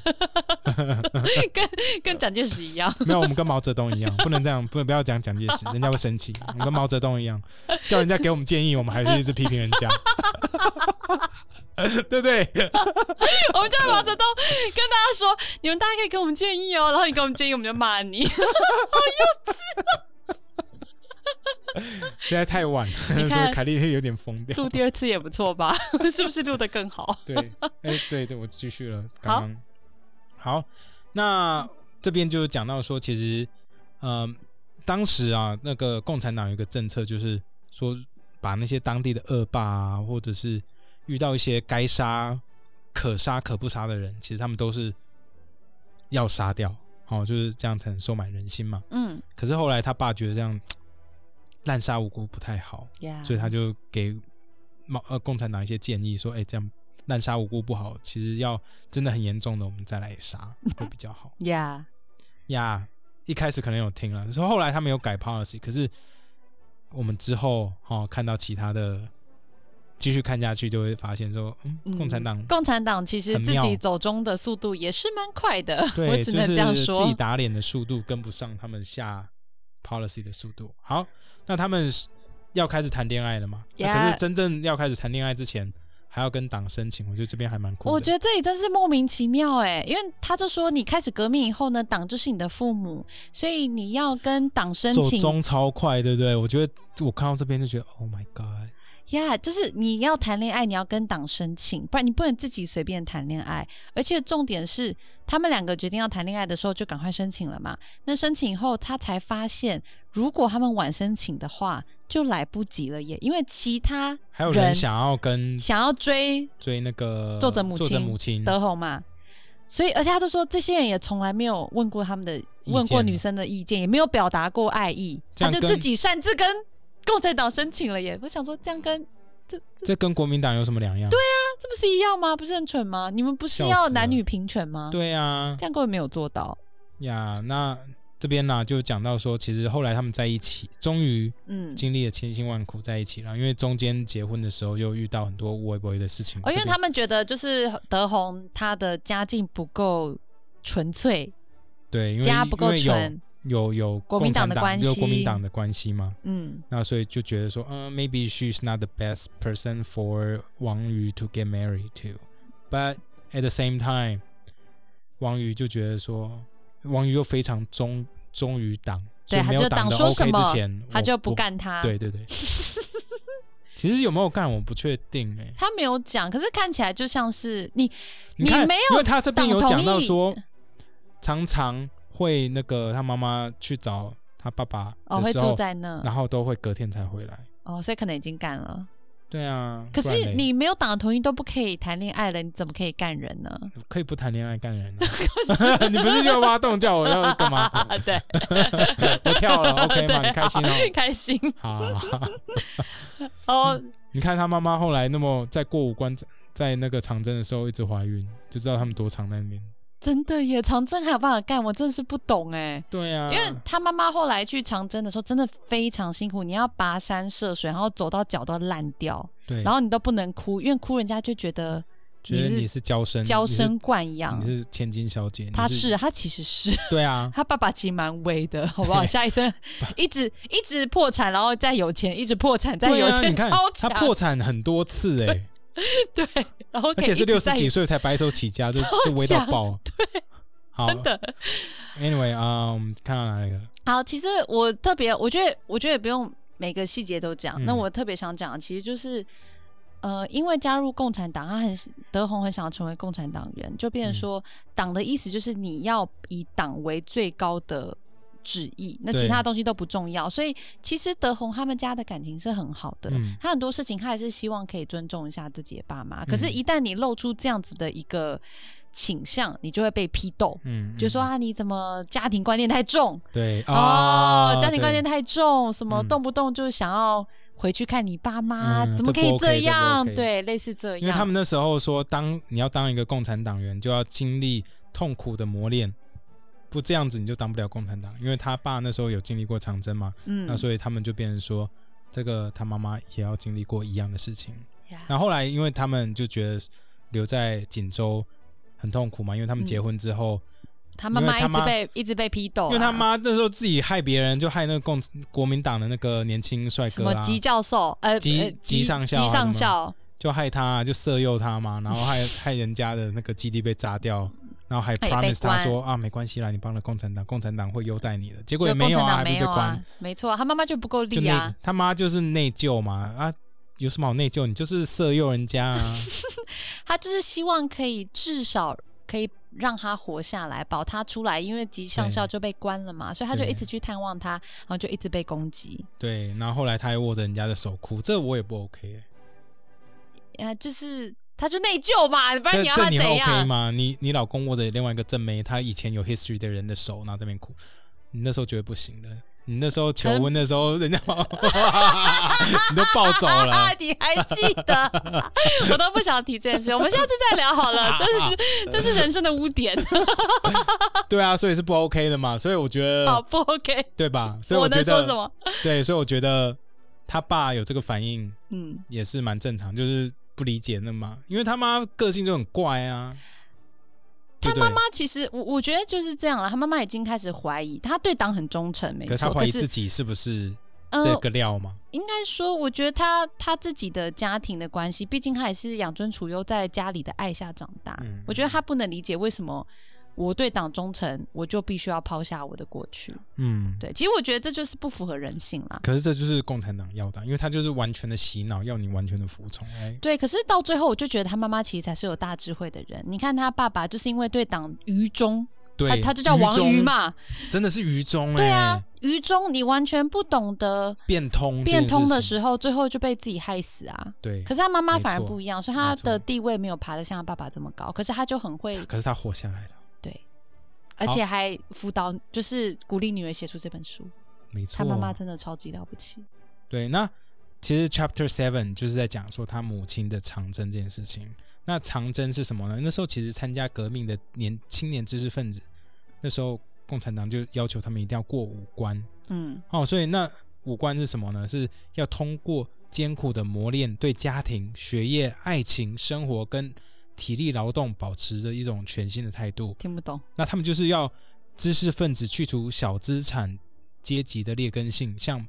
[SPEAKER 1] 跟蒋介石一样，
[SPEAKER 2] 没有，我们跟毛泽东一样，不能这样，不能不要讲蒋介石，人家会生气。我们跟毛泽东一样，叫人家给我们建议，我们还是一直批评人家，对不对？
[SPEAKER 1] 我们叫毛泽东跟大家说，你们大家可以给我们建议哦，然后你给我们建议，我们就骂你，
[SPEAKER 2] 现在太晚了，所
[SPEAKER 1] 看
[SPEAKER 2] 以凯莉有点疯掉。
[SPEAKER 1] 录第二次也不错吧？ 是不是录的更好？
[SPEAKER 2] 对，哎、对对，我继续了。刚刚好，那这边就讲到说，其实，嗯、当时啊，那个共产党有一个政策，就是说把那些当地的恶霸啊，或者是遇到一些该杀、可杀可不杀的人，其实他们都是要杀掉，好、就是这样才能收买人心嘛。
[SPEAKER 1] 嗯
[SPEAKER 2] 可是后来他爸觉得这样滥杀无辜不太好，
[SPEAKER 1] ，Yeah，
[SPEAKER 2] 所以他就给毛呃共产党一些建议，说，哎、这样滥杀无辜不好，其实要真的很严重的，我们再来杀会比较好
[SPEAKER 1] Yeah，
[SPEAKER 2] 呀。 一开始可能有听了，说后来他们有改 policy，可是我们之后哦看到其他的，继续看下去就会发现说，嗯，共产党、
[SPEAKER 1] 嗯共产党其实
[SPEAKER 2] 很
[SPEAKER 1] 自
[SPEAKER 2] 妙
[SPEAKER 1] 己走中的速度也是蛮快的，我
[SPEAKER 2] 对，
[SPEAKER 1] 只
[SPEAKER 2] 就
[SPEAKER 1] 能
[SPEAKER 2] 是
[SPEAKER 1] 这样说。
[SPEAKER 2] 自己打脸的速度跟不上他们下 policy 的速度。好，那他们是要开始谈恋爱了嘛那可
[SPEAKER 1] Yeah
[SPEAKER 2] 是真正要开始谈恋爱之前，还要跟党申请，我觉得这边还蛮酷的。
[SPEAKER 1] 我觉得这里真是莫名其妙哎，因为他就说你开始革命以后呢，党就是你的父母，所以你要跟党申
[SPEAKER 2] 走
[SPEAKER 1] 请
[SPEAKER 2] 中超快，对不对？我觉得我看到这边就觉得，Oh my God！
[SPEAKER 1] 呀就是你要谈恋爱，你要跟党申请，不然你不能自己随便谈恋爱。而且重点是，他们两个决定要谈恋爱的时候就赶快申请了嘛。那申请以后，他才发现，如果他们晚申请的话，就来不及了耶，因为其他
[SPEAKER 2] 还有
[SPEAKER 1] 人
[SPEAKER 2] 人想要跟
[SPEAKER 1] 想要追
[SPEAKER 2] 追那个
[SPEAKER 1] 作者母亲
[SPEAKER 2] 作者母亲，
[SPEAKER 1] 德宏嘛。所以，而且他就说，这些人也从来没有问过他们的，
[SPEAKER 2] 见
[SPEAKER 1] 问过女生的意见，也没有表达过爱意，
[SPEAKER 2] 这
[SPEAKER 1] 他
[SPEAKER 2] 样
[SPEAKER 1] 就
[SPEAKER 2] 跟
[SPEAKER 1] 自己擅自跟共产党申请了耶。我想说，这样跟啊
[SPEAKER 2] 这跟国民党有什么两样？对
[SPEAKER 1] 这不是一样吗？不是很蠢吗？你们不是
[SPEAKER 2] 笑
[SPEAKER 1] 要
[SPEAKER 2] 死了
[SPEAKER 1] 男女平权吗？
[SPEAKER 2] 对啊，
[SPEAKER 1] 这样根本没有做到。
[SPEAKER 2] 呀那这边呢、就讲到说，其实后来他们在一起，终于
[SPEAKER 1] 嗯，
[SPEAKER 2] 经历了千辛万苦在一起了，因为中间结婚的时候又遇到很多无微不微的事情。
[SPEAKER 1] 哦，因为
[SPEAKER 2] 这个
[SPEAKER 1] 他们觉得就是德宏他的家境不够纯粹，
[SPEAKER 2] 对，因为
[SPEAKER 1] 家不够
[SPEAKER 2] 因为
[SPEAKER 1] 纯，
[SPEAKER 2] 有有有
[SPEAKER 1] 国民党的
[SPEAKER 2] 共产
[SPEAKER 1] 关
[SPEAKER 2] 有国
[SPEAKER 1] 系
[SPEAKER 2] 民党的关系嘛，
[SPEAKER 1] 嗯
[SPEAKER 2] 那所以就觉得说，嗯、m a y b e she's not the best person for 王瑜 to get married to，but at the same time，王瑜就觉得说，王瑜又非常忠忠于党，
[SPEAKER 1] 对
[SPEAKER 2] 所以没
[SPEAKER 1] 他
[SPEAKER 2] 有
[SPEAKER 1] 就
[SPEAKER 2] 党
[SPEAKER 1] 党
[SPEAKER 2] 的
[SPEAKER 1] 说什
[SPEAKER 2] OK
[SPEAKER 1] 么
[SPEAKER 2] 之前，
[SPEAKER 1] 他
[SPEAKER 2] 我
[SPEAKER 1] 就不。干啊他。
[SPEAKER 2] 对对对， 其实有没有干我不确定哎、
[SPEAKER 1] 他没有讲，可是看起来就像是你你
[SPEAKER 2] 看，
[SPEAKER 1] 没有
[SPEAKER 2] 因为他这边有
[SPEAKER 1] 党
[SPEAKER 2] 讲
[SPEAKER 1] 同
[SPEAKER 2] 到
[SPEAKER 1] 意
[SPEAKER 2] 说，常常会那个他妈妈去找他爸爸
[SPEAKER 1] 哦
[SPEAKER 2] 的
[SPEAKER 1] 会
[SPEAKER 2] 时
[SPEAKER 1] 住
[SPEAKER 2] 候，
[SPEAKER 1] 在那
[SPEAKER 2] 然后都会隔天才回来。
[SPEAKER 1] 哦，所以可能已经干了。
[SPEAKER 2] 对啊，
[SPEAKER 1] 可
[SPEAKER 2] 不然
[SPEAKER 1] 是
[SPEAKER 2] 嘞
[SPEAKER 1] 你没有党的同意都不可以谈恋爱了，你怎么可以干人呢？
[SPEAKER 2] 可以不谈恋爱干人、啊， 你不是就要挖洞叫我要干 嘛？
[SPEAKER 1] 啊，对，
[SPEAKER 2] 我 跳了，OK
[SPEAKER 1] 对啊
[SPEAKER 2] 吗？你开心
[SPEAKER 1] 好 开心
[SPEAKER 2] 哦。好好，好好
[SPEAKER 1] 哦，
[SPEAKER 2] 你看他妈妈后来那么在过五关，在那个长征的时候一直怀孕，就知道他们多长那边。
[SPEAKER 1] 真的耶，长征还有办法干，我真的是不懂哎。
[SPEAKER 2] 对啊，
[SPEAKER 1] 因为他妈妈后来去长征的时候，真的非常辛苦，你要跋山涉水，然后走到脚都要烂掉，
[SPEAKER 2] 对，
[SPEAKER 1] 然后你都不能哭，因为哭人家就觉得
[SPEAKER 2] 觉得
[SPEAKER 1] 你是
[SPEAKER 2] 你是娇生，
[SPEAKER 1] 娇
[SPEAKER 2] 你是
[SPEAKER 1] 生惯养
[SPEAKER 2] 你。是千金小姐，你
[SPEAKER 1] 他是，啊他其实是，
[SPEAKER 2] 对啊，
[SPEAKER 1] 他爸爸其实蛮威的，好不好？下一生一直一直破产，然后再有钱，一直破产再
[SPEAKER 2] 对
[SPEAKER 1] 有
[SPEAKER 2] 啊，
[SPEAKER 1] 钱，
[SPEAKER 2] 你看
[SPEAKER 1] 超
[SPEAKER 2] 他
[SPEAKER 1] 强。
[SPEAKER 2] 破产很多次哎、
[SPEAKER 1] 对，然后可
[SPEAKER 2] 而
[SPEAKER 1] 以
[SPEAKER 2] 且
[SPEAKER 1] 一
[SPEAKER 2] 是
[SPEAKER 1] 直
[SPEAKER 2] 六十
[SPEAKER 1] 在
[SPEAKER 2] 几岁才白手起家，这这味道
[SPEAKER 1] 强
[SPEAKER 2] 爆，对， 好
[SPEAKER 1] 真的
[SPEAKER 2] ，Anyway 啊、我们看到哪里了？
[SPEAKER 1] 好，其实我特别，我觉得，我觉得也不用每个细节都讲。
[SPEAKER 2] 嗯
[SPEAKER 1] 那我特别想讲，的其实就是，呃，因为加入共产党，他很德宏很想要成为共产党员，就变
[SPEAKER 2] 嗯
[SPEAKER 1] 成说，党的意思就是你要以党为最高的。旨意，那
[SPEAKER 2] 对
[SPEAKER 1] 其他东西都不重要，所以其实德宏他们家的感情是很好的，
[SPEAKER 2] 嗯
[SPEAKER 1] 他很多事情他还是希望可以尊重一下自己的爸妈。
[SPEAKER 2] 嗯
[SPEAKER 1] 可是，一旦你露出这样子的一个倾向，你就会被批斗，
[SPEAKER 2] 嗯，
[SPEAKER 1] 就说
[SPEAKER 2] 嗯
[SPEAKER 1] 啊，你怎么家庭观念太重，
[SPEAKER 2] 对
[SPEAKER 1] 哦
[SPEAKER 2] 啊，，
[SPEAKER 1] 家庭观
[SPEAKER 2] 对
[SPEAKER 1] 念太重，什么
[SPEAKER 2] 嗯
[SPEAKER 1] 动不动就想要回去看你爸妈，
[SPEAKER 2] 嗯
[SPEAKER 1] 怎么
[SPEAKER 2] 这
[SPEAKER 1] 可
[SPEAKER 2] 不
[SPEAKER 1] 以
[SPEAKER 2] OK，这不
[SPEAKER 1] 样？
[SPEAKER 2] OK
[SPEAKER 1] 对，类似这样。
[SPEAKER 2] 因为他们那时候说，当你要当一个共产党员，就要经历痛苦的磨练，不这样子你就当不了共产党。因为他爸那时候有经历过长征嘛，那
[SPEAKER 1] 嗯，
[SPEAKER 2] 啊所以他们就变成说，这个他妈妈也要经历过一样的事情。
[SPEAKER 1] 呀
[SPEAKER 2] 那后来，因为他们就觉得留在锦州很痛苦嘛，因为他
[SPEAKER 1] 嗯
[SPEAKER 2] 们结婚之后，
[SPEAKER 1] 他妈
[SPEAKER 2] 因为
[SPEAKER 1] 妈
[SPEAKER 2] 他
[SPEAKER 1] 一直
[SPEAKER 2] 妈
[SPEAKER 1] 被一直被批斗啊，
[SPEAKER 2] 因为他妈那时候自己害别人，就害那个共国民党的那个年轻帅
[SPEAKER 1] 什
[SPEAKER 2] 哥
[SPEAKER 1] 么
[SPEAKER 2] 啊，
[SPEAKER 1] 吉教授，呃，
[SPEAKER 2] 吉
[SPEAKER 1] 呃
[SPEAKER 2] 吉上校
[SPEAKER 1] 吉
[SPEAKER 2] 还
[SPEAKER 1] 上
[SPEAKER 2] 是什
[SPEAKER 1] 校，
[SPEAKER 2] 就害他，啊就色诱他嘛，然 后害害人家的那个基地被炸掉，然后还
[SPEAKER 1] 他也被
[SPEAKER 2] promise 他
[SPEAKER 1] 关
[SPEAKER 2] 说啊，没关系啦，你帮了共产党，共产党会优待你的。结果也
[SPEAKER 1] 就
[SPEAKER 2] 没
[SPEAKER 1] 共
[SPEAKER 2] 有
[SPEAKER 1] 产
[SPEAKER 2] 啊，
[SPEAKER 1] 党
[SPEAKER 2] 还被
[SPEAKER 1] 没
[SPEAKER 2] 被
[SPEAKER 1] 有
[SPEAKER 2] 关
[SPEAKER 1] 啊，，没错，他妈妈就不够力
[SPEAKER 2] 就内
[SPEAKER 1] 啊。
[SPEAKER 2] 他妈就是内疚嘛啊，有什么好内疚？你就是色诱人家 啊，
[SPEAKER 1] 他就是希望可以至少可以让他活下来，保他出来，因为吉上校就被关了嘛，所以他就
[SPEAKER 2] 对
[SPEAKER 1] 一直去探望他，然后就一直被攻击。
[SPEAKER 2] 对。然后后来他还握着人家的手哭，这我也不 OK 欸。
[SPEAKER 1] 啊，就是他就内疚嘛，不然
[SPEAKER 2] 这
[SPEAKER 1] 你要
[SPEAKER 2] 这
[SPEAKER 1] 他
[SPEAKER 2] 你
[SPEAKER 1] 怎
[SPEAKER 2] OK
[SPEAKER 1] 样？
[SPEAKER 2] 吗？你你老公握着另外一个正妹，他以前有 history 的人的手，然后在那边哭，你那时候觉得不行的。你那时候求
[SPEAKER 1] 很
[SPEAKER 2] 婚的时候，人家 你都暴走 了
[SPEAKER 1] 啊，，你还记得？ 我都不想提这件事，我们下次再聊好了。 这啊是这是人生的污点，
[SPEAKER 2] 对啊，所以是不 OK 的嘛。所以我觉
[SPEAKER 1] 好
[SPEAKER 2] 得，
[SPEAKER 1] 不 OK？
[SPEAKER 2] 对吧？所以
[SPEAKER 1] 我
[SPEAKER 2] 觉
[SPEAKER 1] 能说什
[SPEAKER 2] 得，
[SPEAKER 1] 么？
[SPEAKER 2] 对，所以我觉得他爸有这个反应
[SPEAKER 1] 嗯，
[SPEAKER 2] 也是蛮正常，就是不理解那嘛，因为他妈个性就很怪啊。
[SPEAKER 1] 他
[SPEAKER 2] 对不
[SPEAKER 1] 妈
[SPEAKER 2] 对
[SPEAKER 1] 妈，其实我我觉得就是这样了，他妈妈已经开始怀疑，他对党很忠诚，没
[SPEAKER 2] 可是
[SPEAKER 1] 错，
[SPEAKER 2] 他怀
[SPEAKER 1] 可
[SPEAKER 2] 疑自
[SPEAKER 1] 是
[SPEAKER 2] 己是不是
[SPEAKER 1] 嗯。
[SPEAKER 2] 这个料嘛？
[SPEAKER 1] 应该说，我觉得他他自己的家庭的关系，毕竟他也是养尊处优，在家里的爱下长大。
[SPEAKER 2] 嗯
[SPEAKER 1] 我觉得他不能理解为什么我对党忠诚，我就必须要抛下我的过去。
[SPEAKER 2] 嗯，
[SPEAKER 1] 对，其实我觉得这就是不符合人性啦。
[SPEAKER 2] 可是这就是共产党要的，因为他就是完全的洗脑，要你完全的服从。哎，
[SPEAKER 1] 对，可是到最后，我就觉得他妈妈其实才是有大智慧的人。你看他爸爸就是因为对党愚忠，他
[SPEAKER 2] 对，
[SPEAKER 1] 他就叫王
[SPEAKER 2] 愚
[SPEAKER 1] 愚
[SPEAKER 2] 忠，
[SPEAKER 1] 嘛，
[SPEAKER 2] 真的是愚忠哎、
[SPEAKER 1] 对啊，愚忠，你完全不懂得
[SPEAKER 2] 变通这件
[SPEAKER 1] 变通的
[SPEAKER 2] 事情
[SPEAKER 1] 时候，最后就被自己害死啊。
[SPEAKER 2] 对，
[SPEAKER 1] 可是他妈妈
[SPEAKER 2] 没
[SPEAKER 1] 反而
[SPEAKER 2] 错
[SPEAKER 1] 不一样，所以他
[SPEAKER 2] 没错
[SPEAKER 1] 的地位没有爬得像他爸爸这么高，可是他就很会
[SPEAKER 2] 可是他活下来了，
[SPEAKER 1] 对，而且还辅导，就是鼓励女儿写出这本书。
[SPEAKER 2] 没错。
[SPEAKER 1] 他妈妈真的超级了不起。
[SPEAKER 2] 对，那其实 Chapter Seven 就是在讲说他母亲的长征这件事情。那长征是什么呢？那时候其实参加革命的年青年知识分子，那时候共产党就要求他们一定要过五关
[SPEAKER 1] 嗯
[SPEAKER 2] 哦，所以那五关是什么呢？是要通过艰苦的磨练，对家庭、学业、爱情、生活跟体力劳动保持着一种全新的态度。
[SPEAKER 1] 听不懂。
[SPEAKER 2] 那他们就是要知识分子去除小资产阶级的劣根性，向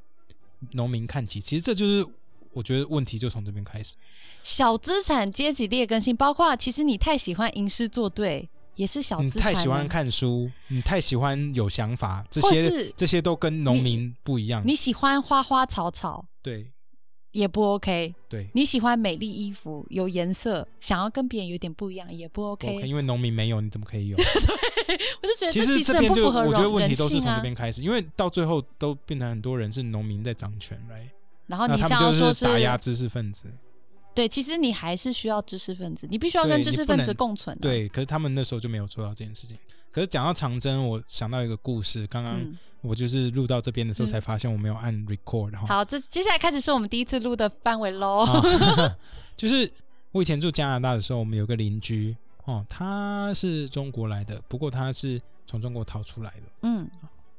[SPEAKER 2] 农民看齐。其实这就是我觉得问题就从这边开始。
[SPEAKER 1] 小资产阶级劣根性，包括其实你太喜欢吟诗作对，也是小
[SPEAKER 2] 你
[SPEAKER 1] 资产、
[SPEAKER 2] 嗯
[SPEAKER 1] 啊
[SPEAKER 2] 太喜欢，看书，你太喜欢有想法，这
[SPEAKER 1] 或
[SPEAKER 2] 些
[SPEAKER 1] 是
[SPEAKER 2] 这些都跟农民不一样。
[SPEAKER 1] 你喜欢花花草草
[SPEAKER 2] 对
[SPEAKER 1] 也不 OK，
[SPEAKER 2] 对
[SPEAKER 1] 你喜欢美丽衣服有颜色，想要跟别人有点不一样也不 OK。
[SPEAKER 2] ，OK，因为农民没有，你怎么可以有？
[SPEAKER 1] 我就觉得
[SPEAKER 2] 其
[SPEAKER 1] 这
[SPEAKER 2] 实
[SPEAKER 1] 其实
[SPEAKER 2] 这
[SPEAKER 1] 很
[SPEAKER 2] 边
[SPEAKER 1] 不
[SPEAKER 2] 就
[SPEAKER 1] 符合
[SPEAKER 2] 我觉得
[SPEAKER 1] 人
[SPEAKER 2] 问题
[SPEAKER 1] 人
[SPEAKER 2] 都是
[SPEAKER 1] 性
[SPEAKER 2] 从这
[SPEAKER 1] 啊。
[SPEAKER 2] 边开始，因为到最后都变成很多人是农民在掌权，right？
[SPEAKER 1] 然后
[SPEAKER 2] 那
[SPEAKER 1] 哦你
[SPEAKER 2] 他
[SPEAKER 1] 想
[SPEAKER 2] 们
[SPEAKER 1] 要
[SPEAKER 2] 就
[SPEAKER 1] 说
[SPEAKER 2] 是打压知识分子。
[SPEAKER 1] 对，其实你还是需要知识分子，你必须要
[SPEAKER 2] 对
[SPEAKER 1] 跟
[SPEAKER 2] 你
[SPEAKER 1] 知识
[SPEAKER 2] 不
[SPEAKER 1] 分
[SPEAKER 2] 能
[SPEAKER 1] 子共存、啊。，
[SPEAKER 2] 对，可是他们那时候就没有做到这件事情。可是讲到长征，我想到一个故事，刚刚
[SPEAKER 1] 嗯，
[SPEAKER 2] 我就是录到这边的时候
[SPEAKER 1] 嗯
[SPEAKER 2] 才发现我没有按 record 哈。
[SPEAKER 1] 好，这接下来开始是我们第一次录的范围喽。
[SPEAKER 2] 啊 就是我以前住加拿大的时候，我们有个邻居哦，他是中国来的，不过他是从中国逃出来的。
[SPEAKER 1] 嗯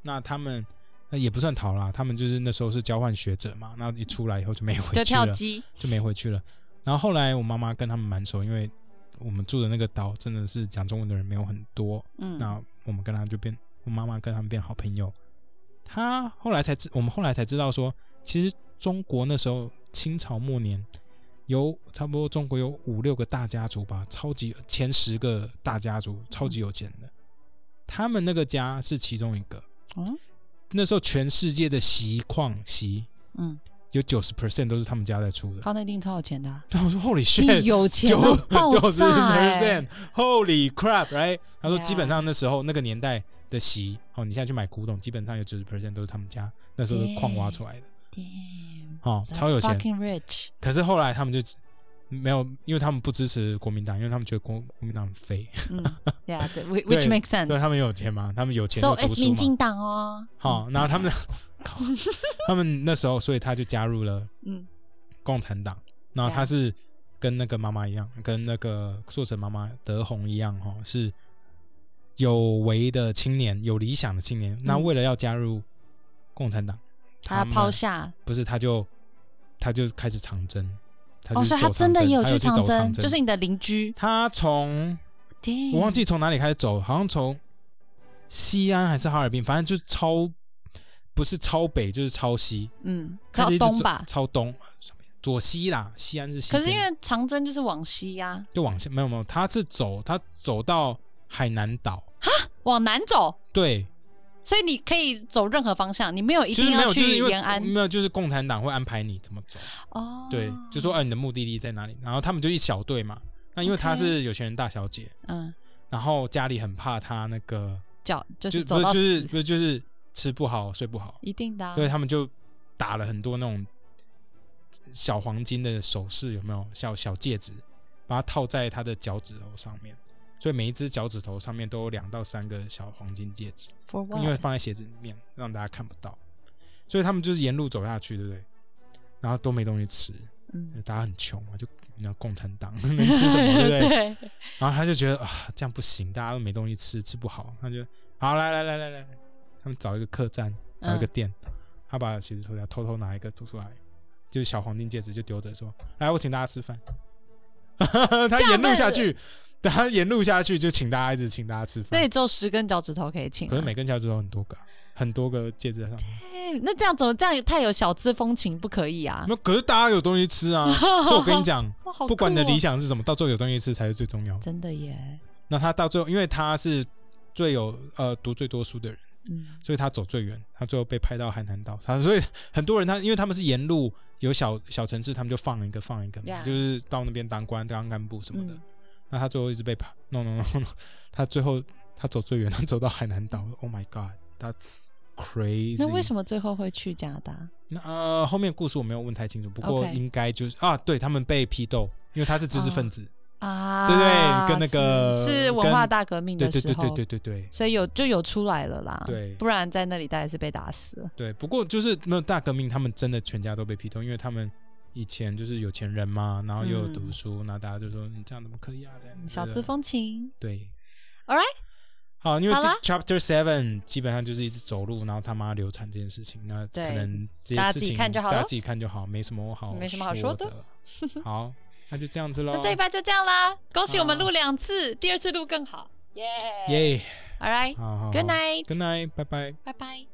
[SPEAKER 2] 那他们呃也不算逃啦，他们就是那时候是交换学者嘛，那一出来以后就没回去
[SPEAKER 1] 就
[SPEAKER 2] 了，
[SPEAKER 1] 跳机，
[SPEAKER 2] 就没回去了。然后后来我妈妈跟他们蛮熟，因为我们住的那个岛真的是讲中文的人没有很多，
[SPEAKER 1] 嗯，
[SPEAKER 2] 那我们跟他就变，我妈妈跟他们变好朋友。他后来才知，我们后来才知道说，其实中国那时候清朝末年，有差不多中国有五六个大家族吧，超级前十个大家族，超级有钱的。他们那个家是其中一个。
[SPEAKER 1] 嗯
[SPEAKER 2] 那时候全世界的锡矿锡
[SPEAKER 1] 嗯，
[SPEAKER 2] 有九十 percent 都是他们家在出的。
[SPEAKER 1] 高那一定超有钱的 啊、
[SPEAKER 2] 对，我说 Holy shit，
[SPEAKER 1] 你 有钱
[SPEAKER 2] 九
[SPEAKER 1] 到爆
[SPEAKER 2] 九十
[SPEAKER 1] 炸、欸
[SPEAKER 2] percent，，Holy crap，right？他说
[SPEAKER 1] Yeah
[SPEAKER 2] 基本上那时候那个年代的席，哦，你现在去买古董，基本上有九十 percent 都是他们家那时候的矿挖出来的，
[SPEAKER 1] ！Damn，
[SPEAKER 2] 哦，超有钱。
[SPEAKER 1] ，fucking rich。
[SPEAKER 2] 可是后来他们就没有，因为他们不支持国民党，因为他们觉得国国民党很废，
[SPEAKER 1] 嗯，Yeah，对 whi-
[SPEAKER 2] 对
[SPEAKER 1] which makes
[SPEAKER 2] 所以他
[SPEAKER 1] sense。
[SPEAKER 2] 们有钱嘛，他们有钱
[SPEAKER 1] So
[SPEAKER 2] 就读
[SPEAKER 1] as
[SPEAKER 2] 书
[SPEAKER 1] 民
[SPEAKER 2] 嘛。
[SPEAKER 1] 进党哦，
[SPEAKER 2] 好、然后 他们靠他们那时候，所以他就加入了
[SPEAKER 1] 嗯啊
[SPEAKER 2] 共产党，然后他是跟那个妈妈一样，跟那个作者妈妈德宏一样，哈、哦，是有为的青年，有理想的青年。那为了要加入共产党，
[SPEAKER 1] 嗯他
[SPEAKER 2] 们
[SPEAKER 1] 抛下
[SPEAKER 2] 不是他就他就开始长征，他就
[SPEAKER 1] 哦，
[SPEAKER 2] 去
[SPEAKER 1] 所以他
[SPEAKER 2] 走
[SPEAKER 1] 真的
[SPEAKER 2] 征
[SPEAKER 1] 也
[SPEAKER 2] 他
[SPEAKER 1] 去
[SPEAKER 2] 有走
[SPEAKER 1] 长
[SPEAKER 2] 征，
[SPEAKER 1] 就是你的邻居。
[SPEAKER 2] 他从
[SPEAKER 1] Damn，
[SPEAKER 2] 我忘记从哪里开始走，好像从西安还是哈尔滨，反正就是超不是超北就是超西，
[SPEAKER 1] 嗯，
[SPEAKER 2] 他
[SPEAKER 1] 到
[SPEAKER 2] 是一直
[SPEAKER 1] 东
[SPEAKER 2] 走
[SPEAKER 1] 吧。
[SPEAKER 2] 超东。左西啦，西安是西
[SPEAKER 1] 可
[SPEAKER 2] 边。
[SPEAKER 1] 是因为长征就是往西啊呀，
[SPEAKER 2] 就往下，没有没有，他是走他走到海南岛，
[SPEAKER 1] 往南走，
[SPEAKER 2] 对，
[SPEAKER 1] 所以你可以走任何方向，你没有一
[SPEAKER 2] 就
[SPEAKER 1] 定
[SPEAKER 2] 是没
[SPEAKER 1] 要
[SPEAKER 2] 有，就是
[SPEAKER 1] 去
[SPEAKER 2] 因
[SPEAKER 1] 延
[SPEAKER 2] 为
[SPEAKER 1] 安
[SPEAKER 2] 没有，就是共产党会安排你怎么走，
[SPEAKER 1] 哦。
[SPEAKER 2] 对，就说哎、你的目的地在哪里，然后他们就一小队嘛，那因为她
[SPEAKER 1] OK
[SPEAKER 2] 是有钱人大小姐，
[SPEAKER 1] 嗯，
[SPEAKER 2] 然后家里很怕她那个，
[SPEAKER 1] 脚就
[SPEAKER 2] 就是不
[SPEAKER 1] 走
[SPEAKER 2] 是
[SPEAKER 1] 到
[SPEAKER 2] 就是
[SPEAKER 1] 死
[SPEAKER 2] 不是就是吃不好睡不好，
[SPEAKER 1] 一定的啊。
[SPEAKER 2] 所以他们就打了很多那种小黄金的首饰，有没有小小戒指，把它套在她的脚趾头上面，所以每一只脚趾头上面都有两到三个小黄金戒指。
[SPEAKER 1] For
[SPEAKER 2] 因为
[SPEAKER 1] what？
[SPEAKER 2] 放在鞋子里面，让大家看不到，所以他们就是沿路走下去，对不对？然后都没东西吃，
[SPEAKER 1] 嗯，
[SPEAKER 2] 大家很穷嘛，就你知道共产党 能吃什哦么，对不对？
[SPEAKER 1] 对？
[SPEAKER 2] 然后他就觉得啊，这样不行，大家都没东西吃，吃不好，他就好来来来来来，他们找一个客栈，找
[SPEAKER 1] 嗯
[SPEAKER 2] 一个店，他把鞋子脱掉，偷偷拿一个吐出来，就是小黄金戒指就丢着说，来我请大家吃饭。 他沿路下去，他沿路下去就请大家一直请大家吃
[SPEAKER 1] 那
[SPEAKER 2] 饭
[SPEAKER 1] 也，只有十根脚趾头可以请啊。
[SPEAKER 2] 可是每根脚趾头很多个啊，很多个戒指在上面。
[SPEAKER 1] 哎那这样怎么这样也太有小资风情不可以 啊？
[SPEAKER 2] 那可是大家有东西吃啊！所以我跟你讲，
[SPEAKER 1] 哇 好
[SPEAKER 2] 不管你的
[SPEAKER 1] 酷哦
[SPEAKER 2] 理想是什么，到最后有东西吃才是最重要的。
[SPEAKER 1] 真的耶，
[SPEAKER 2] 那他到最后，因为他是最有呃读最多书的人，
[SPEAKER 1] 嗯，
[SPEAKER 2] 所以他走最远，他最后被派到海南岛。他所以很多人他因为他们是沿路有小小城市，他们就放一个放一个嘛
[SPEAKER 1] Yeah
[SPEAKER 2] 就是到那边当官当干部什么的。
[SPEAKER 1] 嗯
[SPEAKER 2] 那他最后一直被派，no no no no，他最后他走最远，他走到海南岛。Oh my god，that's crazy！
[SPEAKER 1] 那为什么最后会去加拿大？
[SPEAKER 2] 那呃，后面故事我没有问太清楚，不过
[SPEAKER 1] OK
[SPEAKER 2] 应该就是啊，对他们被批斗，因为他是知识分子，
[SPEAKER 1] 啊，
[SPEAKER 2] 对对跟那个
[SPEAKER 1] 是是文化大革命
[SPEAKER 2] 对
[SPEAKER 1] 的
[SPEAKER 2] 对
[SPEAKER 1] 时
[SPEAKER 2] 对
[SPEAKER 1] 候，
[SPEAKER 2] 对对对对
[SPEAKER 1] 所以有就有出来了啦。
[SPEAKER 2] 对
[SPEAKER 1] 不然在那里大概是被打死了。
[SPEAKER 2] 对。不过就是没有大革命，他们真的全家都被批斗，因为他们以前就是有钱人嘛，然后又有读
[SPEAKER 1] 嗯
[SPEAKER 2] 书，那、大家就说你这样怎么可以啊？这样
[SPEAKER 1] 小资，风情
[SPEAKER 2] 对对对
[SPEAKER 1] Alright
[SPEAKER 2] 好，因为
[SPEAKER 1] 好啦
[SPEAKER 2] Chapter Seven 基本上就是一直走路，然后他妈流产这件事情，那可
[SPEAKER 1] 对
[SPEAKER 2] 能这
[SPEAKER 1] 大家
[SPEAKER 2] 些事
[SPEAKER 1] 自己
[SPEAKER 2] 情
[SPEAKER 1] 看就好
[SPEAKER 2] 大家
[SPEAKER 1] 咯
[SPEAKER 2] 自己看就好，没什么好
[SPEAKER 1] 没什么好
[SPEAKER 2] 说
[SPEAKER 1] 说的。
[SPEAKER 2] 好，那就这样子喽。
[SPEAKER 1] 那这一拜就这样啦，恭喜我们
[SPEAKER 2] 好
[SPEAKER 1] 录两次，第二次录更好，耶、
[SPEAKER 2] 耶，
[SPEAKER 1] All right，
[SPEAKER 2] 好好好
[SPEAKER 1] good night，
[SPEAKER 2] ，Good night，拜拜。
[SPEAKER 1] 拜拜。